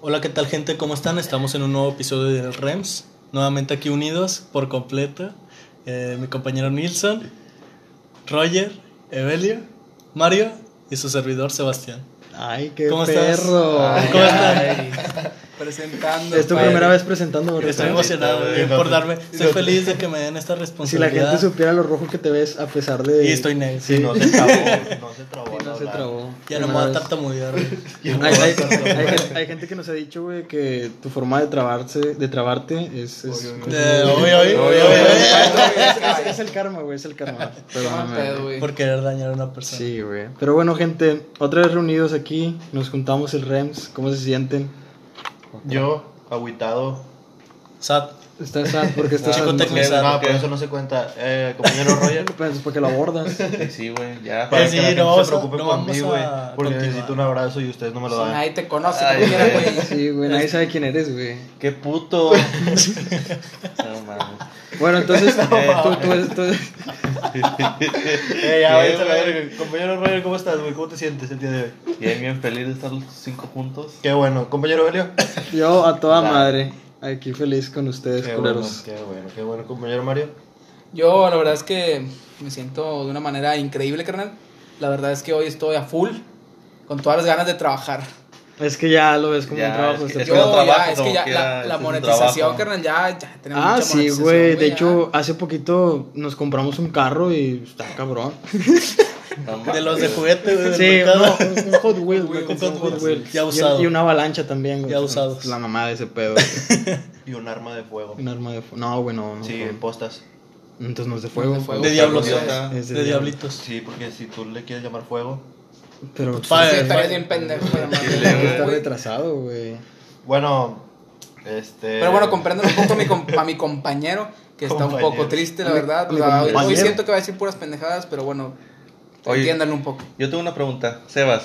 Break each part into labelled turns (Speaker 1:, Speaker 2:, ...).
Speaker 1: Hola, ¿qué tal gente? ¿Cómo están? Estamos en un nuevo episodio del REMS. Nuevamente aquí unidos por completo. Eh, mi compañero Nilsson, Roger, Evelio, Mario y su servidor Sebastián.
Speaker 2: Ay, qué
Speaker 1: ¿Cómo estás?
Speaker 2: perro.
Speaker 1: Ay,
Speaker 2: ¿Cómo
Speaker 1: ay,
Speaker 2: estás?
Speaker 3: presentando.
Speaker 2: Es tu
Speaker 1: padre.
Speaker 2: primera vez presentando, ¿verdad?
Speaker 1: Estoy emocionado
Speaker 4: güey.
Speaker 1: güey, por darme. Soy
Speaker 3: no-
Speaker 1: feliz de que me den esta
Speaker 2: Si la
Speaker 1: responsabilidad.
Speaker 2: gente supiera lo rojo que te ves a pesar de
Speaker 1: Y estoy negro.
Speaker 2: Sí,
Speaker 4: No se trabó, no se trabó.
Speaker 2: no
Speaker 4: al
Speaker 2: se
Speaker 4: hablar.
Speaker 2: trabó.
Speaker 1: Ya no me va
Speaker 2: Primera
Speaker 1: a
Speaker 2: vez.
Speaker 1: tartamudear. güey.
Speaker 4: Ya no
Speaker 2: hay, hay-
Speaker 4: va a estar
Speaker 2: hay gente- hay gente que nos ha dicho, güey, que tu forma de trabarse, de trabarte es, es,
Speaker 3: Obvio,
Speaker 2: es-
Speaker 1: Eh, obvio, obvio,
Speaker 3: Obvio,
Speaker 1: obvio,
Speaker 3: obvio.
Speaker 2: es- es el karma, güey, es el
Speaker 1: Ah,
Speaker 2: karma. Perdóname.
Speaker 1: obvio, Por querer dañar a una persona.
Speaker 2: Sí, güey. Pero bueno, gente, otra vez reunidos aquí, nos juntamos el REMS, ¿cómo se sienten?
Speaker 4: Yo, agüitado.
Speaker 1: Sad.
Speaker 2: Estás sad porque estás
Speaker 1: Chico
Speaker 2: sad, no sé.
Speaker 1: técnico. Pesado,
Speaker 4: No,
Speaker 1: ¿qué?
Speaker 4: pero eso no se cuenta. Eh, compañero Roger.
Speaker 2: Pues porque lo abordas.
Speaker 4: Sí, Sí, güey, ya.
Speaker 1: Eh,
Speaker 4: Para
Speaker 1: sí,
Speaker 4: que la gente
Speaker 1: no vamos
Speaker 4: se
Speaker 1: a-
Speaker 4: preocupe
Speaker 1: no
Speaker 4: por
Speaker 1: vamos
Speaker 4: mí,
Speaker 1: a
Speaker 4: güey. Porque
Speaker 1: continuar.
Speaker 4: necesito un abrazo y ustedes no me lo dan.
Speaker 3: Pues Nadie te conoce,
Speaker 4: Ay,
Speaker 3: como quiera,
Speaker 4: güey.
Speaker 3: güey.
Speaker 2: Sí, güey, nadie sabe quién eres, güey.
Speaker 4: ¡Qué puto! no mames.
Speaker 2: Bueno, entonces, tú, tú- tú-
Speaker 4: Eh, ya,
Speaker 5: ¿Qué,
Speaker 4: váyanse a la
Speaker 5: güey?
Speaker 4: verga. Compañero Roger, ¿cómo estás, güey? ¿Cómo te sientes el día de hoy?
Speaker 5: Bien, bien feliz de estar los cinco puntos.
Speaker 4: Qué bueno. Compañero Elio.
Speaker 2: yo a toda
Speaker 5: Nah.
Speaker 2: madre, aquí feliz con ustedes,
Speaker 4: Qué bueno,
Speaker 2: culeros.
Speaker 4: qué bueno, qué bueno. Compañero Mario.
Speaker 3: Yo, la verdad es que me siento de una manera increíble, carnal. La verdad es que hoy estoy a full, con todas las ganas de trabajar.
Speaker 2: Es que ya lo ves como
Speaker 5: Ya,
Speaker 2: un trabajo.
Speaker 5: es
Speaker 2: este
Speaker 5: que-
Speaker 3: Yo,
Speaker 2: pedo.
Speaker 5: un trabajo,
Speaker 3: ya, es que
Speaker 5: como
Speaker 3: ya,
Speaker 5: quiera,
Speaker 3: la,
Speaker 5: es
Speaker 3: la
Speaker 5: un
Speaker 3: monetización,
Speaker 5: trabajo.
Speaker 3: carnal, ya, ya tenemos
Speaker 2: Ah,
Speaker 3: mucha
Speaker 2: sí,
Speaker 3: monetización,
Speaker 2: güey. De
Speaker 3: ya.
Speaker 2: hecho, hace poquito nos compramos un carro y está cabrón.
Speaker 5: No
Speaker 1: De
Speaker 5: mames.
Speaker 1: los de juguete, güey. del
Speaker 2: Sí,
Speaker 1: mercado.
Speaker 2: no, un, un Hot Wheels,
Speaker 1: Hot
Speaker 2: güey.
Speaker 1: Wheels,
Speaker 2: compré un
Speaker 1: Hot
Speaker 2: Hot
Speaker 1: Wheels.
Speaker 2: Wheels.
Speaker 1: Ya
Speaker 2: Y-
Speaker 1: usado.
Speaker 2: Y, una avalancha también, güey.
Speaker 1: Ya
Speaker 2: Es
Speaker 1: usados.
Speaker 2: La mamá de ese pedo. güey.
Speaker 4: Y un arma de fuego.
Speaker 2: un arma de fuego. No, güey, no. no,
Speaker 4: Sí,
Speaker 2: no.
Speaker 4: postas.
Speaker 2: Entonces no es de fuego.
Speaker 3: No es de fuego.
Speaker 1: De diablos.
Speaker 4: Idiota.
Speaker 2: Es de
Speaker 1: De
Speaker 2: diablo.
Speaker 1: diablitos.
Speaker 4: Sí, porque si tú le quieres llamar fuego.
Speaker 2: Pero pues,
Speaker 1: Fire.
Speaker 3: Sí, estaría bien pendejo, pero no.
Speaker 2: está
Speaker 3: Güey.
Speaker 2: retrasado, güey.
Speaker 4: Bueno, este.
Speaker 3: Pero bueno, comprendo un poco a mi, com- a mi compañero, que está un poco
Speaker 4: Compañero.
Speaker 3: triste, la
Speaker 2: A mi-
Speaker 3: verdad.
Speaker 2: a
Speaker 3: O
Speaker 2: mi
Speaker 3: sea, hoy, hoy
Speaker 2: compañero.
Speaker 3: siento que va a decir puras pendejadas, pero bueno,
Speaker 5: Oye.
Speaker 3: entiéndanlo un poco.
Speaker 5: Yo tengo una pregunta, Sebas.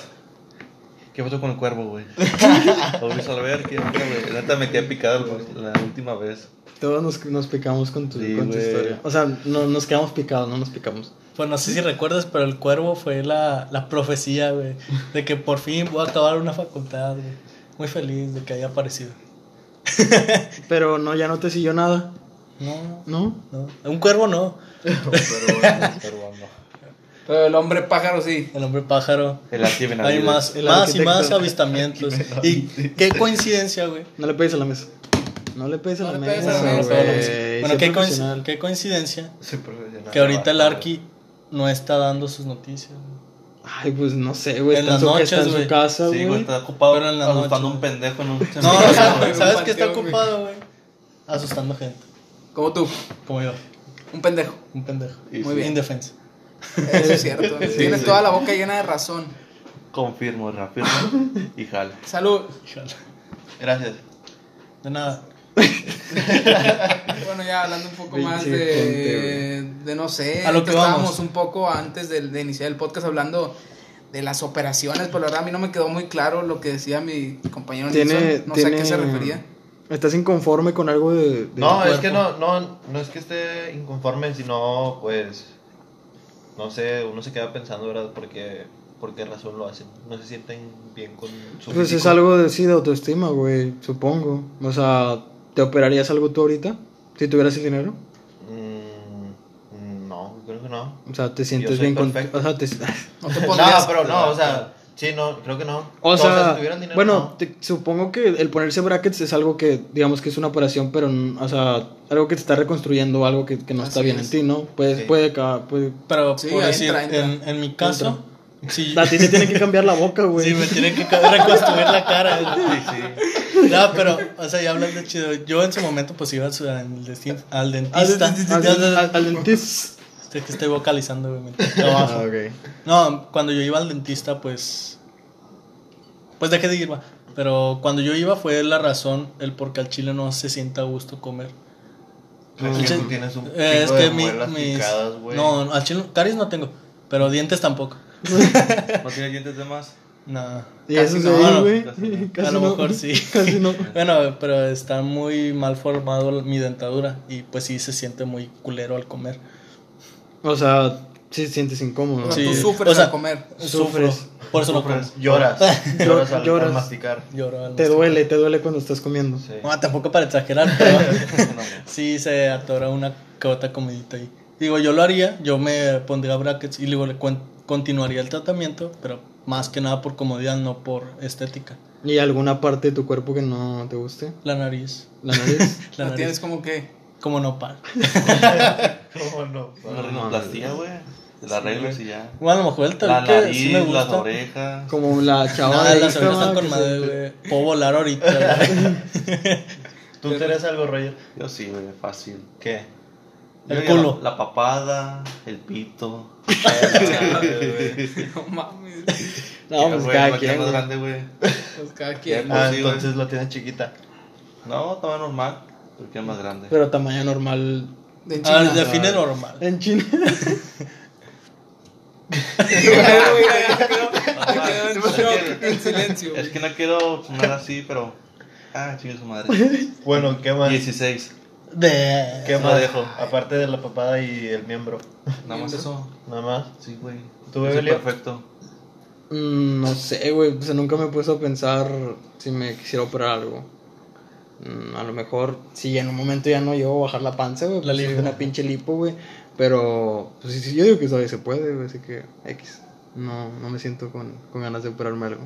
Speaker 5: ¿Qué pasó con el cuervo, güey? Mauricio Alver, ¿qué onda, güey? Neta me quedé picado la la última vez.
Speaker 2: Todos nos, nos picamos con tu,
Speaker 5: Sí,
Speaker 2: con tu
Speaker 5: güey.
Speaker 2: historia. O sea, no, nos quedamos picados, no nos picamos.
Speaker 1: Pues no sé si recuerdas, pero el cuervo fue la, la profecía, güey. De que por fin voy a acabar una facultad, güey. Muy feliz de que haya aparecido.
Speaker 2: Pero no, ya no te siguió nada,
Speaker 1: No,
Speaker 2: ¿no?
Speaker 1: no. Un cuervo no.
Speaker 3: Pero el hombre pájaro sí.
Speaker 1: El hombre pájaro.
Speaker 5: El archivo en
Speaker 1: Hay más,
Speaker 2: El
Speaker 1: más y
Speaker 2: arquitecto.
Speaker 1: más avistamientos. Y qué coincidencia, güey.
Speaker 2: No le pegues a la mesa. No le pegues a
Speaker 3: No
Speaker 2: la
Speaker 3: le
Speaker 2: mesa.
Speaker 3: pegues a la
Speaker 2: güey.
Speaker 3: mesa,
Speaker 2: Sé
Speaker 1: Bueno, qué, coinci-
Speaker 2: profesional.
Speaker 1: qué coincidencia
Speaker 4: Soy profesional. Ah,
Speaker 1: que ahorita el Arqui no está dando sus noticias. güey.
Speaker 2: Ay, pues no sé, güey.
Speaker 1: En
Speaker 2: Está, en
Speaker 1: las
Speaker 2: su-
Speaker 1: noches,
Speaker 2: está en
Speaker 1: güey.
Speaker 2: su casa,
Speaker 5: Sí, güey,
Speaker 2: güey.
Speaker 5: está ocupado
Speaker 1: Pero en la noche.
Speaker 5: asustando a un pendejo en un...
Speaker 1: No, o sea,
Speaker 3: güey, un
Speaker 1: ¿sabes que está
Speaker 3: panteón, güey.
Speaker 1: ocupado, güey? Asustando gente.
Speaker 3: Como tú,
Speaker 1: Como yo,
Speaker 3: un pendejo.
Speaker 1: un pendejo.
Speaker 5: Y
Speaker 3: Muy bien.
Speaker 1: Indefenso.
Speaker 3: Eso es cierto. Tienes toda la boca llena de razón.
Speaker 5: Confirmo, reafirmo y jala.
Speaker 3: Salud.
Speaker 1: Híjole.
Speaker 4: Gracias.
Speaker 1: De nada.
Speaker 3: Bueno, ya hablando un poco
Speaker 2: Pinche
Speaker 3: más
Speaker 2: gente,
Speaker 3: de, de no sé,
Speaker 1: A lo que
Speaker 3: estábamos
Speaker 1: vamos.
Speaker 3: un poco antes de, de iniciar el podcast hablando de las operaciones, pero la verdad a mí no me quedó muy claro lo que decía mi compañero
Speaker 2: Tiene,
Speaker 3: Nilsson. No sé
Speaker 2: tiene...
Speaker 3: a qué se refería.
Speaker 2: ¿Estás inconforme con algo de, de
Speaker 4: No,
Speaker 2: tu
Speaker 4: es que
Speaker 2: cuerpo?
Speaker 4: no, no, no es que esté inconforme, sino pues. No sé, uno se queda pensando, ¿verdad? ¿Por qué, por qué razón lo hacen? No se sienten bien con su.
Speaker 2: Pues es
Speaker 4: físico.
Speaker 2: algo de sí, de autoestima, güey, supongo. O sea, ¿te operarías algo tú ahorita? Si tuvieras el dinero.
Speaker 4: Mm, no, creo que no.
Speaker 2: O sea, te sientes
Speaker 4: soy
Speaker 2: bien con...
Speaker 4: perfecto.
Speaker 2: O sea, te...
Speaker 3: No te
Speaker 4: No,
Speaker 3: pondrías.
Speaker 4: pero no, o sea. Sí, no, creo que no.
Speaker 2: O
Speaker 4: No,
Speaker 2: sea,
Speaker 4: si tuvieran dinero,
Speaker 2: bueno,
Speaker 4: no.
Speaker 2: te- supongo que el ponerse brackets es algo que, digamos que es una operación, pero, n- o sea, algo que te está reconstruyendo, algo que, que no está
Speaker 3: Así
Speaker 2: bien
Speaker 3: es.
Speaker 2: en ti, ¿no? Pues,
Speaker 4: Sí.
Speaker 2: puede, ca- puede...
Speaker 1: Pero
Speaker 3: Sí,
Speaker 1: por
Speaker 3: ahí
Speaker 1: decir,
Speaker 3: entra, entra.
Speaker 1: En, en mi caso, sí,
Speaker 2: A ti te tiene que cambiar la boca, güey.
Speaker 1: sí, me tiene que ca- reconstruir la cara. güey. No, pero, o sea, ya hablando chido, yo en su momento pues iba al, su- al desti- al
Speaker 2: Al,
Speaker 1: dentista.
Speaker 2: al- al- al- al dentista.
Speaker 1: Es que estoy vocalizando, güey, mientras trabajo.
Speaker 2: Ah, ok.
Speaker 1: No, cuando yo iba al dentista, pues. Pues dejé de ir, va. Pero cuando yo iba fue la razón, el por qué al chile no se sienta a gusto comer.
Speaker 4: Es que tú tienes un.
Speaker 1: Eh, es
Speaker 4: pico de
Speaker 1: que mi,
Speaker 4: muelas
Speaker 1: mis-
Speaker 4: picadas, güey.
Speaker 1: No, no, al chile, caries no tengo, pero dientes tampoco.
Speaker 5: ¿No tiene dientes de más?
Speaker 1: No.
Speaker 2: Y
Speaker 1: Casi
Speaker 2: eso es
Speaker 1: no,
Speaker 2: ahí,
Speaker 1: no.
Speaker 2: güey. Casi
Speaker 1: A lo
Speaker 2: no.
Speaker 1: mejor sí.
Speaker 2: Casi no.
Speaker 1: Bueno, pero está muy mal formado mi dentadura y pues sí se siente muy culero al comer.
Speaker 2: O sea, sí te sientes incómodo.
Speaker 3: O sea,
Speaker 1: Sí.
Speaker 3: tú sufres
Speaker 1: O sea,
Speaker 3: al comer.
Speaker 1: Sufro.
Speaker 2: Sufres.
Speaker 1: Por eso no
Speaker 4: Sufres,
Speaker 1: comes.
Speaker 4: lloras. Lloras al,
Speaker 2: Lloras.
Speaker 4: al masticar.
Speaker 1: Lloro. al
Speaker 2: Te
Speaker 1: mascar-
Speaker 2: duele, te duele cuando estás comiendo.
Speaker 4: Sí.
Speaker 1: Bueno, tampoco para exagerar, pero
Speaker 5: No, güey.
Speaker 1: sí se atora una que otra comidita ahí. Digo, yo lo haría, yo me pondría brackets y luego le cuen- continuaría el tratamiento, pero más que nada por comodidad, no por estética.
Speaker 2: ¿Y alguna parte de tu cuerpo que no te guste?
Speaker 1: La nariz.
Speaker 2: La nariz.
Speaker 1: La
Speaker 5: Ah,
Speaker 3: La
Speaker 1: nariz.
Speaker 3: tienes como que.
Speaker 1: Como nopal.
Speaker 4: ¿Cómo no?
Speaker 5: Una rinoplastia, güey. Te La arreglas y ya.
Speaker 1: Bueno, a lo mejor el
Speaker 5: La
Speaker 1: tal que
Speaker 5: nariz,
Speaker 1: sí me
Speaker 5: las
Speaker 1: gusta.
Speaker 5: orejas.
Speaker 2: Como la
Speaker 1: No,
Speaker 2: chava de
Speaker 1: las orejas
Speaker 2: Instagram
Speaker 1: están con
Speaker 2: que se-
Speaker 1: madre, güey. Puedo volar ahorita, güey.
Speaker 4: ¿Tú te eres algo, Roger?
Speaker 5: Yo sí, güey, fácil.
Speaker 4: ¿Qué?
Speaker 5: Yo
Speaker 1: El
Speaker 5: creo que
Speaker 1: culo.
Speaker 5: La, la papada, el pito.
Speaker 3: No mames.
Speaker 2: No,
Speaker 5: Ya,
Speaker 2: pues
Speaker 5: güey,
Speaker 2: cada
Speaker 5: la
Speaker 2: quien,
Speaker 5: cara
Speaker 2: güey.
Speaker 5: grande, güey.
Speaker 3: Pues cada quien.
Speaker 5: Pues
Speaker 4: Ah,
Speaker 5: sí, güey.
Speaker 4: entonces lo tienes chiquita.
Speaker 5: No, estaba normal. Porque es más grande.
Speaker 2: Pero tamaño normal
Speaker 3: De en
Speaker 1: Ah,
Speaker 3: China.
Speaker 1: define normal.
Speaker 2: en China.
Speaker 3: Güey, ya quedó- ya quedó
Speaker 5: Ah,
Speaker 3: en shock, en silencio.
Speaker 5: Es
Speaker 3: güey.
Speaker 5: que no quiero sonar así, pero. Ah, chingue su madre.
Speaker 4: Bueno, ¿qué más?
Speaker 5: 16.
Speaker 1: De...
Speaker 4: ¿Qué
Speaker 5: No
Speaker 4: más?
Speaker 5: dejo.
Speaker 4: Aparte de la papada y el miembro.
Speaker 5: Nada más eso.
Speaker 4: Nada más.
Speaker 5: Sí, güey.
Speaker 4: ¿Tú,
Speaker 5: Sí,
Speaker 4: Evelio?
Speaker 5: Perfecto.
Speaker 2: Mm, no sé, güey. O sea, nunca me he puesto a pensar si me quisiera operar algo. Mm, a lo mejor, si en un momento ya no llego a bajar la panza, güey.
Speaker 1: La
Speaker 2: pues,
Speaker 1: lipo.
Speaker 2: Una pinche lipo, güey. Pero, pues sí, sí, yo digo que todavía se puede, güey. Así que, X. No, no me siento con, con ganas de operarme algo.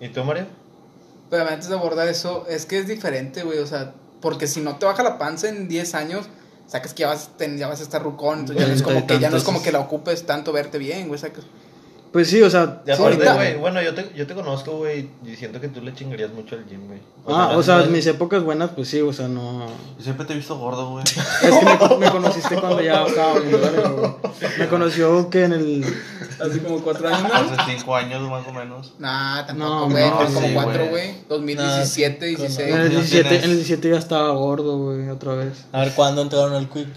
Speaker 4: ¿Y tú, Mario?
Speaker 3: Pero antes de abordar eso, es que es diferente, güey. O sea, porque si no te baja la panza en 10 años, o sea, que es que ya vas, a ten- ya vas a estar rucón. Entonces ya no es como que, ya no es como que la ocupes tanto verte bien, güey. O sea, que-
Speaker 2: Pues sí, o sea.
Speaker 4: Y
Speaker 2: sí,
Speaker 4: aparte,
Speaker 2: ahorita-
Speaker 4: güey, bueno, yo te, yo te conozco, güey, y siento que tú le chingarías mucho al gym, güey.
Speaker 2: Ah, o sea,
Speaker 4: gracias,
Speaker 2: mis épocas buenas, pues sí, o sea, no.
Speaker 5: Yo siempre te he visto gordo, güey.
Speaker 2: Es que me, me conociste cuando ya estaba bien, güey. Me conoció que en el.
Speaker 3: Hace como 4 años, ¿no?
Speaker 5: Hace 5 años más o menos.
Speaker 3: Nah,
Speaker 2: No,
Speaker 3: tampoco, güey.
Speaker 2: no,
Speaker 3: tengo como
Speaker 5: sí,
Speaker 3: 4,
Speaker 5: güey.
Speaker 3: güey. 2017,
Speaker 1: Nah, sí,
Speaker 3: 16.
Speaker 2: En el
Speaker 5: Ya
Speaker 2: 17,
Speaker 5: tienes-
Speaker 2: en el 17 ya estaba gordo, güey, otra vez.
Speaker 1: A ver cuándo entraron al quick.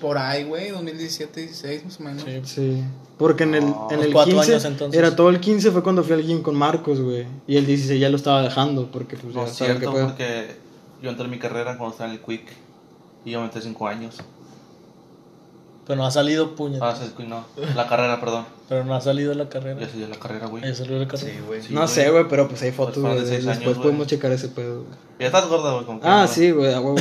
Speaker 3: Por ahí, güey. 2017, 16, más o menos.
Speaker 1: Sí.
Speaker 2: Sí. Porque en el,
Speaker 5: No,
Speaker 2: en
Speaker 1: los
Speaker 2: el
Speaker 1: cuatro
Speaker 2: 15,
Speaker 1: años entonces.
Speaker 2: era todo el 15 fue cuando fui al gym con Marcos, güey. Y el 16 ya lo estaba dejando, porque pues
Speaker 5: No
Speaker 2: ya
Speaker 5: es
Speaker 2: sabe qué
Speaker 5: cierto,
Speaker 2: pedo.
Speaker 5: porque yo entré en mi carrera cuando estaba en el Quick. Y yo aumenté 5 años.
Speaker 1: Pero no ha salido
Speaker 5: Ah,
Speaker 1: puñetas.
Speaker 5: sí, no. La carrera, perdón.
Speaker 1: Pero no ha salido la
Speaker 5: Ya
Speaker 1: carrera.
Speaker 5: se dio la carrera, güey.
Speaker 1: Ya salió la carrera.
Speaker 4: Sí, güey.
Speaker 5: Sí.
Speaker 2: No sé, güey, pero pues hay fotos,
Speaker 5: Pues, fueron
Speaker 2: güey.
Speaker 5: de seis
Speaker 2: Después
Speaker 5: años, güey.
Speaker 2: podemos checar ese pedo. güey.
Speaker 5: Ya estás gorda, güey. como que
Speaker 2: Ah,
Speaker 5: no.
Speaker 2: sí, güey, a huevo.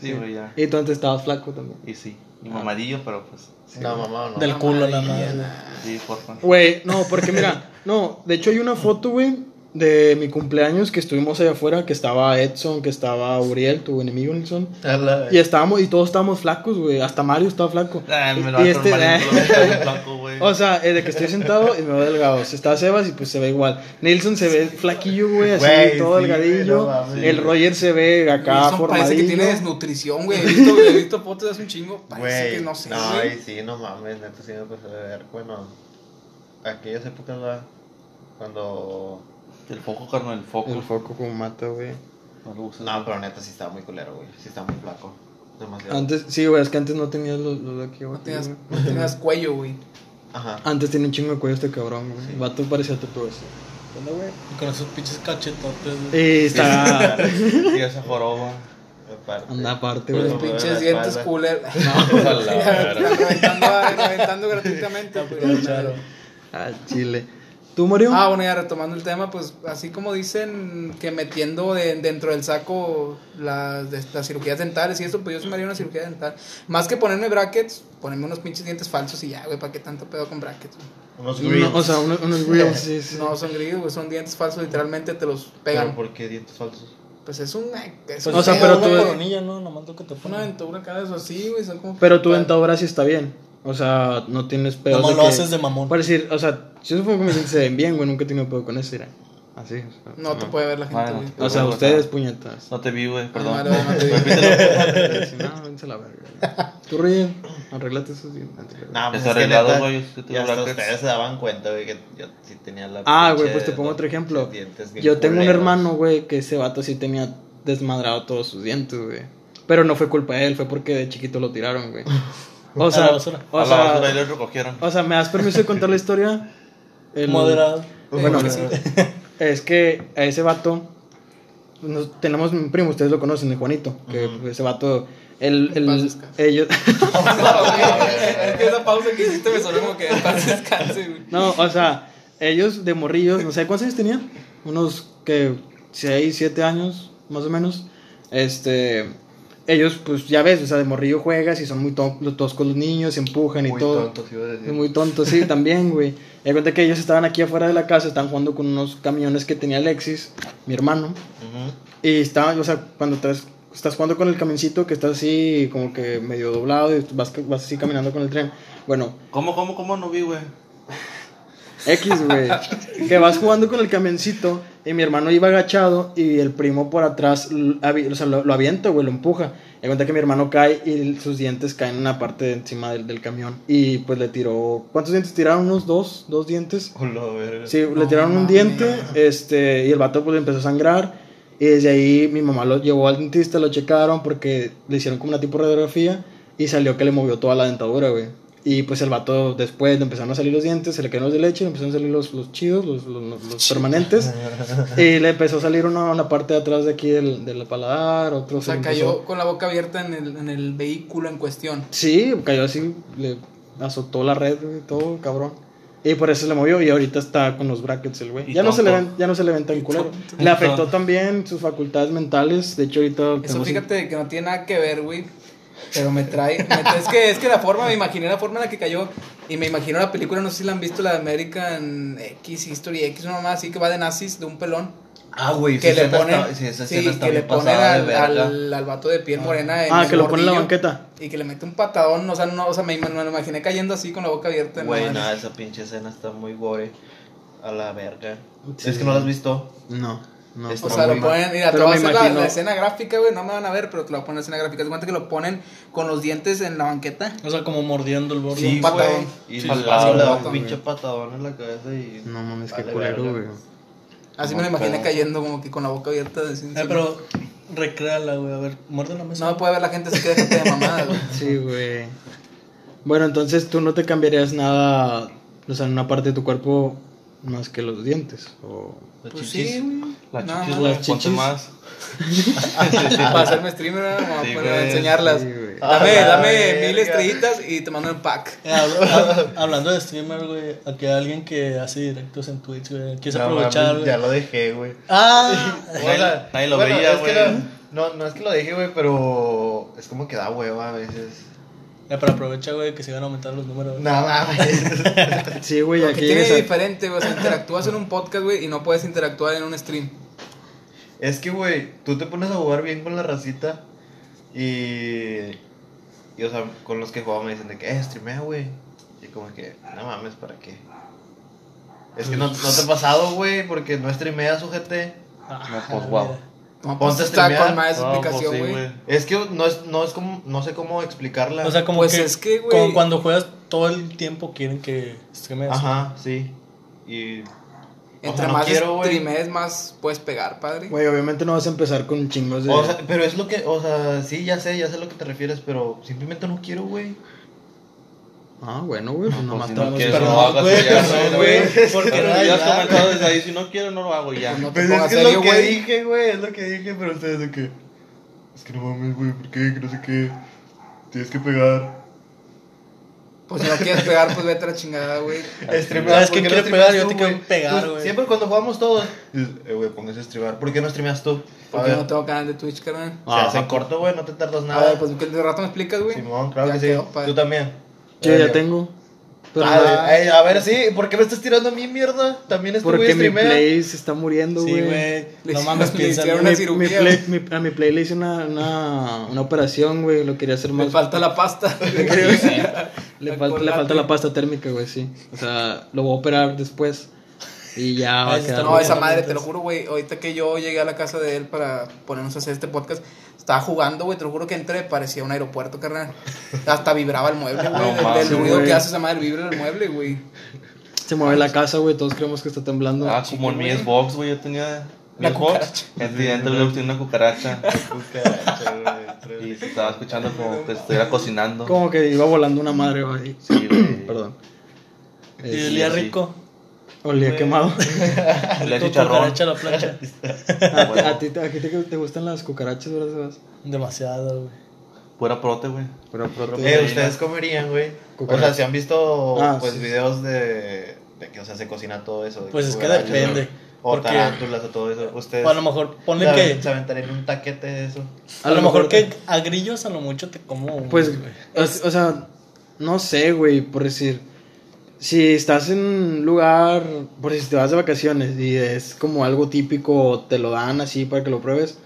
Speaker 5: Sí, güey, ya.
Speaker 2: Y tú antes estabas flaco también.
Speaker 5: Y sí. Y mamadillo, pero pues.
Speaker 4: No, mamá, no.
Speaker 1: Del culo nada
Speaker 3: Maravilla,
Speaker 1: más. güey.
Speaker 5: Sí, porfa.
Speaker 2: Güey, no, porque mira, no, de hecho hay una foto, güey, de mi cumpleaños que estuvimos allá afuera, que estaba Edson, que estaba Uriel, tu enemigo Nilsson.
Speaker 4: A la-
Speaker 2: Y estábamos, y todos estábamos flacos, güey. Hasta Mario estaba flaco.
Speaker 5: Ah, me lo
Speaker 2: Y
Speaker 5: va a
Speaker 2: este-
Speaker 5: tomar en culo, me está bien blanco, güey.
Speaker 2: O sea, eh, de que estoy sentado y me veo delgado. Si está Sebas y pues se ve igual. Nelson se ve flaquillo, güey, así
Speaker 4: Güey,
Speaker 2: todo
Speaker 4: sí,
Speaker 2: delgadillo.
Speaker 4: güey, no mames.
Speaker 2: el Roger se ve acá
Speaker 3: Wilson parece que
Speaker 2: formadillo.
Speaker 3: tiene desnutrición, güey. He visto, he visto fotos hace un chingo. Parece
Speaker 4: Güey,
Speaker 3: que no sé,
Speaker 4: No,
Speaker 3: güey.
Speaker 4: y sí, no mames, neta sí me pasé de ver. Bueno, aquellas épocas, ¿verdad? Cuando.
Speaker 5: El foco, carnal, el foco.
Speaker 2: El foco como mata, güey.
Speaker 5: No lo uses.
Speaker 4: No, pero neta sí estaba muy culero, güey. Sí estaba muy flaco. Demasiado.
Speaker 2: Antes, sí, güey, es que antes no tenías los, los de aquí, güey.
Speaker 3: No tengas, no tengas cuello, güey.
Speaker 4: Ajá.
Speaker 2: Antes tenía un chingo de cuello este cabrón, güey. El vato parecía tatuoso.
Speaker 1: Y Con esos pinches cachetotes. güey.
Speaker 2: Y está.
Speaker 5: Y esa joroba.
Speaker 4: Aparte.
Speaker 2: Anda aparte,
Speaker 3: Con
Speaker 2: güey.
Speaker 3: los
Speaker 4: Como de
Speaker 3: pinches
Speaker 4: la
Speaker 3: dientes
Speaker 4: espalda.
Speaker 3: culeros.
Speaker 5: Ojalá.
Speaker 3: reventando, reventando gratuitamente. pues.
Speaker 1: Claro.
Speaker 2: Ah, chile. ¿Tú, Mario?
Speaker 3: Ah, bueno, ya retomando el tema, pues así como dicen que metiendo de- dentro del saco las, de- las cirugías dentales y eso, pues yo sí me haría una cirugía dental. Más que ponerme brackets, ponerme unos pinches dientes falsos y ya, güey, ¿para qué tanto pedo con brackets? güey?
Speaker 4: Unos
Speaker 2: No,
Speaker 4: grills.
Speaker 2: o sea, unos, unos reels, sí, sí.
Speaker 3: No son grillos, güey, son dientes falsos, literalmente te los
Speaker 4: Pero
Speaker 3: pegan.
Speaker 4: ¿por qué dientes falsos?
Speaker 3: Pues es un. Es
Speaker 1: Pues
Speaker 3: un
Speaker 2: o sea,
Speaker 1: es
Speaker 3: pedo,
Speaker 2: pero
Speaker 1: una
Speaker 2: tú-
Speaker 3: güey.
Speaker 1: coronilla, ¿no? Nomás lo que te
Speaker 3: Una
Speaker 1: ponen.
Speaker 3: aventura cada vez así, güey, son como.
Speaker 2: Pero tu dentadura sí está bien. O sea, no tienes pedo.
Speaker 1: Nomás
Speaker 2: de
Speaker 1: lo
Speaker 2: que-
Speaker 1: haces de mamón.
Speaker 2: Por decir, o sea, yo supongo que mis dientes se ven bien, güey. Nunca he tenido pedo con eso, mira. Así. O sea,
Speaker 3: No te puede ver la gente,
Speaker 5: Bueno,
Speaker 3: güey.
Speaker 2: O sea, ustedes puñetas.
Speaker 5: No te vi, güey, perdón.
Speaker 3: Vale, vale, vale.
Speaker 2: Sí, no, vence la verga. güey. Tú ríes, arreglate esos dientes.
Speaker 4: Nah,
Speaker 5: Está arreglado, güey, es que tuve
Speaker 4: Y hasta
Speaker 5: brackets.
Speaker 4: ustedes se daban cuenta, güey, que yo sí tenía la.
Speaker 2: Ah,
Speaker 4: pinche-
Speaker 2: güey, pues te pongo otro ejemplo.
Speaker 4: dientes bien
Speaker 2: Yo tengo un
Speaker 4: culeros.
Speaker 2: hermano, güey, que ese vato sí tenía desmadrado todos sus dientes, güey. Pero no fue culpa de él, fue porque de chiquito lo tiraron, güey. O
Speaker 1: A la
Speaker 2: sea,
Speaker 1: basura.
Speaker 5: A
Speaker 2: o
Speaker 5: la basura y
Speaker 2: sea,
Speaker 5: lo recogieron.
Speaker 2: o sea, ¿me das permiso de contar la historia? El-
Speaker 1: Moderado.
Speaker 2: Pues Bueno,
Speaker 3: Sí, sí.
Speaker 4: Eh,
Speaker 2: es que a ese vato, nos- tenemos un primo, ustedes lo conocen, el Juanito, que pues, ese vato, el, el-
Speaker 3: paz descanse.
Speaker 2: ellos,
Speaker 3: Es que esa pausa que hiciste me sonó como que en paz descanse, güey.
Speaker 2: no, o sea, ellos de morrillos, no sé cuántos años tenían, unos que 6, 7 años, más o menos. Este, ellos, pues ya ves, o sea, de morrillo juegas y son muy to- los toscos los niños, se empujan y
Speaker 4: Muy
Speaker 2: todo.
Speaker 4: tontos, iba a decir.
Speaker 2: Es muy tonto, sí, también, güey. Me cuenta que ellos estaban aquí afuera de la casa, estaban jugando con unos camiones que tenía Alexis, mi hermano. Y estaban, o sea, cuando estás, estás jugando con el camioncito que está así, como que medio doblado, y vas, vas así caminando con el tren. Bueno,
Speaker 5: ¿Cómo, cómo, cómo no vi, güey?
Speaker 2: X, güey. que vas jugando con el camioncito y mi hermano iba agachado y el primo por atrás l- avi- o sea, lo, lo avienta, güey, lo empuja. Me cuenta que mi hermano cae y el- sus dientes caen en la parte de encima del, del camión. Y pues le tiró. ¿Cuántos dientes tiraron? Unos dos, dos dientes.
Speaker 5: Hola, verga.
Speaker 2: Sí,
Speaker 3: No
Speaker 2: le tiraron un
Speaker 3: mames.
Speaker 2: diente, este, y el vato pues le empezó a sangrar. Y desde ahí mi mamá lo llevó al dentista, lo checaron porque le hicieron como una tipo radiografía y salió que le movió toda la dentadura, güey. Y pues el vato después le empezaron a salir los dientes, se le cayeron los de leche, le empezaron a salir los, los chidos, los, los- los- los permanentes. Y le empezó a salir uno en la parte de atrás de aquí del, del paladar, otro
Speaker 3: O sea,
Speaker 2: le
Speaker 3: cayó
Speaker 2: empezó-
Speaker 3: con la boca abierta en el, en el vehículo en cuestión.
Speaker 2: Sí, cayó así, le azotó la red güey, y todo, cabrón. Y por eso le movió y ahorita está con los brackets el güey.
Speaker 5: Y
Speaker 2: Ya no, se le
Speaker 5: tonto.
Speaker 2: ven, ya no se le ven tan culero.
Speaker 3: tonto.
Speaker 2: Le afectó también sus facultades mentales. De hecho, ahorita
Speaker 3: Eso
Speaker 2: tenemos-
Speaker 3: fíjate que no tiene nada que ver, güey. Pero me trae. me- es, que, es que la forma, me imaginé la forma en la que cayó. Y me imagino la película, no sé si la han visto, la de American X History X, una más así que va de nazis, de un pelón.
Speaker 4: Ah, güey,
Speaker 3: Que
Speaker 4: esa
Speaker 3: le
Speaker 4: escena
Speaker 3: ponen,
Speaker 4: está- sí, esa
Speaker 3: sí,
Speaker 4: escena está
Speaker 3: que le
Speaker 4: bien
Speaker 3: ponen
Speaker 4: pasada de
Speaker 3: al,
Speaker 4: verga.
Speaker 3: al, al vato de piel morena. en
Speaker 2: Ah,
Speaker 3: el
Speaker 2: que lo pone en la
Speaker 3: bordillo,
Speaker 2: banqueta.
Speaker 3: Y que le mete un patadón, o sea, no, o sea me, me lo imaginé cayendo así con la boca abierta.
Speaker 2: este
Speaker 3: no
Speaker 4: Güey,
Speaker 3: mames.
Speaker 4: nada, esa pinche escena está muy gore. A la verga.
Speaker 2: Sí.
Speaker 4: Es que no la has visto.
Speaker 2: No, no.
Speaker 4: Es-
Speaker 3: O
Speaker 4: Está
Speaker 3: sea, lo
Speaker 4: muy
Speaker 3: ponen, mira, te
Speaker 2: Pero
Speaker 3: voy a
Speaker 2: me
Speaker 3: hacer la-
Speaker 2: imagino-
Speaker 3: la, escena gráfica, güey, no me van a ver, pero te la voy a poner en la escena gráfica. Es cuenta que lo ponen con los dientes en la banqueta.
Speaker 1: O sea, como mordiendo el borde.
Speaker 3: Sí,
Speaker 4: güey.
Speaker 3: patadón.
Speaker 4: Y
Speaker 1: Sí,
Speaker 4: le
Speaker 1: sí,
Speaker 4: le da
Speaker 1: sí,
Speaker 4: un
Speaker 2: güey.
Speaker 4: pinche patadón en la cabeza y.
Speaker 2: No mames, qué
Speaker 4: Vale,
Speaker 2: culero,
Speaker 4: verga.
Speaker 2: güey.
Speaker 3: Así me lo
Speaker 4: Como
Speaker 3: imaginé
Speaker 4: pedo.
Speaker 3: cayendo como que con la boca abierta. así
Speaker 1: Eh,
Speaker 3: encima.
Speaker 1: pero recréala, güey. A ver, muerde la mesa.
Speaker 3: No pues. me puede ver la gente, así que déjate de mamada, güey.
Speaker 2: Sí, güey. Bueno, entonces tú no te cambiarías nada, o sea, en una parte de tu cuerpo más que los dientes. O...
Speaker 5: Las
Speaker 3: Pues
Speaker 5: chichis.
Speaker 3: sí, güey.
Speaker 5: Las
Speaker 3: Nada más.
Speaker 5: chichis, güey.
Speaker 2: Las
Speaker 5: ponte
Speaker 2: chichis.
Speaker 5: más.
Speaker 3: Para hacerme streamer, güey, me voy a
Speaker 5: Sí,
Speaker 3: poner a
Speaker 5: güey.
Speaker 3: enseñarlas.
Speaker 2: Sí, güey.
Speaker 3: dame
Speaker 4: A la
Speaker 3: dame
Speaker 4: verga.
Speaker 3: mil estrellitas y te mando un pack.
Speaker 1: Eh, hablo- hab- hablando de streamer, güey, aquí hay alguien que hace directos en Twitch, güey. Quise
Speaker 4: No,
Speaker 1: aprovechar,
Speaker 4: mames,
Speaker 1: güey.
Speaker 4: Ya lo dejé, güey.
Speaker 1: Ah,
Speaker 5: Nadie- nadie lo veía,
Speaker 4: es que
Speaker 5: güey.
Speaker 4: no- No, no es que lo dejé, güey, pero es como que da hueva a veces.
Speaker 1: Eh, pero aprovecha, güey, que se van a aumentar los números. güey.
Speaker 4: Nada, mames.
Speaker 2: Sí, güey,
Speaker 3: Porque
Speaker 2: aquí
Speaker 3: tiene
Speaker 2: llegas a-
Speaker 3: diferente, güey. O sea, interactúas en un podcast, güey, y no puedes interactuar en un stream.
Speaker 4: Es que, güey, tú te pones a jugar bien con la racita y. Y, o sea, con los que jugaba me dicen de que, eh, streamea, güey. Y como que, no mames, ¿para qué? Es que no, no te ha pasado, güey, porque no streameas, ojete.
Speaker 5: No,
Speaker 1: Ah,
Speaker 5: pues wow.
Speaker 3: No,
Speaker 4: Ponte
Speaker 3: pues
Speaker 4: a
Speaker 3: está
Speaker 4: streamear.
Speaker 3: con más
Speaker 5: No, pues
Speaker 3: explicación,
Speaker 5: sí,
Speaker 3: güey.
Speaker 4: Es que no es, no es como, no sé cómo explicarla.
Speaker 1: O sea, como
Speaker 3: Pues
Speaker 1: que,
Speaker 3: es que, güey.
Speaker 1: como cuando juegas todo el tiempo quieren que streames.
Speaker 4: Ajá, sí. Y. o sea,
Speaker 3: Entre
Speaker 4: no
Speaker 3: más
Speaker 4: quiero, güey.
Speaker 3: streamees, más puedes pegar, padre.
Speaker 2: Güey, obviamente no vas a empezar con chingos de...
Speaker 4: O sea, pero es lo que, o sea, sí, ya sé, ya sé a lo que te refieres, pero simplemente no quiero, güey.
Speaker 2: Ah, bueno, güey, pues
Speaker 5: No,
Speaker 2: nomás
Speaker 5: pues si
Speaker 2: te
Speaker 5: no
Speaker 2: vamos a-
Speaker 5: quieres, no
Speaker 1: perdón,
Speaker 5: lo hagas.
Speaker 1: güey,
Speaker 5: güey, ya,
Speaker 1: perdón,
Speaker 5: no,
Speaker 1: güey.
Speaker 5: güey.
Speaker 1: Porque
Speaker 5: Pero
Speaker 1: no,
Speaker 5: ya has
Speaker 1: ya.
Speaker 5: comentado desde ahí, si no quiero, no lo hago y ya.
Speaker 3: Pues no te
Speaker 4: Pues es
Speaker 3: pongas
Speaker 4: que es
Speaker 3: serio,
Speaker 4: lo que
Speaker 3: güey.
Speaker 4: dije, güey, es lo que dije, pero ustedes de que. Es que no mames, güey, ¿por qué? Que no sé qué. Tienes que pegar.
Speaker 3: Pues si no quieres pegar, pues vete a la chingada, güey.
Speaker 4: Streamear,
Speaker 1: es que
Speaker 4: ¿por qué
Speaker 1: quiere
Speaker 4: streameas
Speaker 1: pegar, yo
Speaker 4: tú,
Speaker 1: te quiero pegar,
Speaker 4: Tú-
Speaker 1: güey.
Speaker 4: Siempre cuando jugamos todos, dices, eh, güey, póngase a streamar. ¿Por qué no streameas tú? A
Speaker 3: Porque
Speaker 4: ver,
Speaker 3: yo no tengo canal de Twitch, carnal.
Speaker 4: se hace
Speaker 2: Ajá.
Speaker 4: corto, güey, no te tardas
Speaker 3: A
Speaker 4: nada.
Speaker 3: ver, pues que de rato me explicas, güey.
Speaker 4: Simón, claro
Speaker 3: Ya
Speaker 4: que sí.
Speaker 3: quedó, padre.
Speaker 4: Tú también.
Speaker 2: Yo
Speaker 4: Dale.
Speaker 2: ya tengo. Pero
Speaker 4: Ah,
Speaker 2: no-
Speaker 4: eh, a ver, sí, ¿por qué me estás tirando a mí, mierda? También este güey
Speaker 2: porque mi
Speaker 4: streamea.
Speaker 2: play se está muriendo,
Speaker 1: Sí,
Speaker 2: güey.
Speaker 1: güey.
Speaker 3: Le
Speaker 1: No
Speaker 3: hicieron-
Speaker 1: mames,
Speaker 3: le
Speaker 1: piensa. güey.
Speaker 3: hicieron una
Speaker 2: Mi-
Speaker 3: cirugía,
Speaker 2: mi play- mi- a mi play le hice una, una, una operación, güey. Lo quería hacer
Speaker 3: Me
Speaker 2: más.
Speaker 3: falta la pasta.
Speaker 2: le, falta, le falta la pasta térmica, güey, sí. O sea, lo voy a operar después. Y ya va
Speaker 1: Ah,
Speaker 2: a
Speaker 1: ese
Speaker 2: quedar.
Speaker 1: está
Speaker 3: No,
Speaker 1: bueno.
Speaker 3: esa madre, te lo juro, güey. Ahorita que yo llegué a la casa de él para ponernos a hacer este podcast, estaba jugando, güey. Te lo juro que entré, parecía un aeropuerto, carnal. Hasta vibraba el mueble, güey.
Speaker 5: No
Speaker 3: del- del
Speaker 5: mames,
Speaker 3: ruido
Speaker 2: güey.
Speaker 3: que hace esa madre, vibra el mueble, güey.
Speaker 2: Se mueve la casa, güey. Todos creemos que está temblando.
Speaker 5: Ah, como en mi Xbox, güey, yo tenía. Mi
Speaker 3: La
Speaker 5: Xbox. En mi Xbox tenía una cucaracha.
Speaker 4: Cucaracha, güey.
Speaker 5: Y se estaba escuchando como que estuviera cocinando.
Speaker 2: como que iba volando una madre, güey.
Speaker 5: Sí, güey.
Speaker 2: Perdón.
Speaker 1: Y
Speaker 2: Eh,
Speaker 1: olía
Speaker 5: sí.
Speaker 1: rico.
Speaker 2: olía quemado.
Speaker 5: Le
Speaker 1: Con
Speaker 5: chicharrón.
Speaker 1: cucaracha a la plancha.
Speaker 2: a,
Speaker 5: Bueno.
Speaker 2: a ti te, a ti te- te gustan las cucarachas, ¿verdad, Sebas?
Speaker 1: Demasiado, güey.
Speaker 5: Fuera prote, güey.
Speaker 2: Pero, pero,
Speaker 4: Eh, ustedes comerían, güey. O
Speaker 2: Cucaracha.
Speaker 4: sea, si han visto
Speaker 2: Ah,
Speaker 4: pues
Speaker 2: sí, sí.
Speaker 4: videos de, de de que, o sea, se cocina todo eso. de
Speaker 1: Pues es que
Speaker 4: cucarachas,
Speaker 1: depende,
Speaker 4: O, o
Speaker 1: porque-
Speaker 4: tarántulas o todo eso. Ustedes.
Speaker 1: O a lo mejor, ponle
Speaker 4: se-
Speaker 1: que.
Speaker 4: Se aventarían un taquete de eso.
Speaker 1: A lo mejor que a grillos a lo mucho te como. un-
Speaker 2: Pues, o, o sea, no sé, güey, por decir, si estás en un lugar, por si te vas de vacaciones y es como algo típico, te lo dan así para que lo pruebes,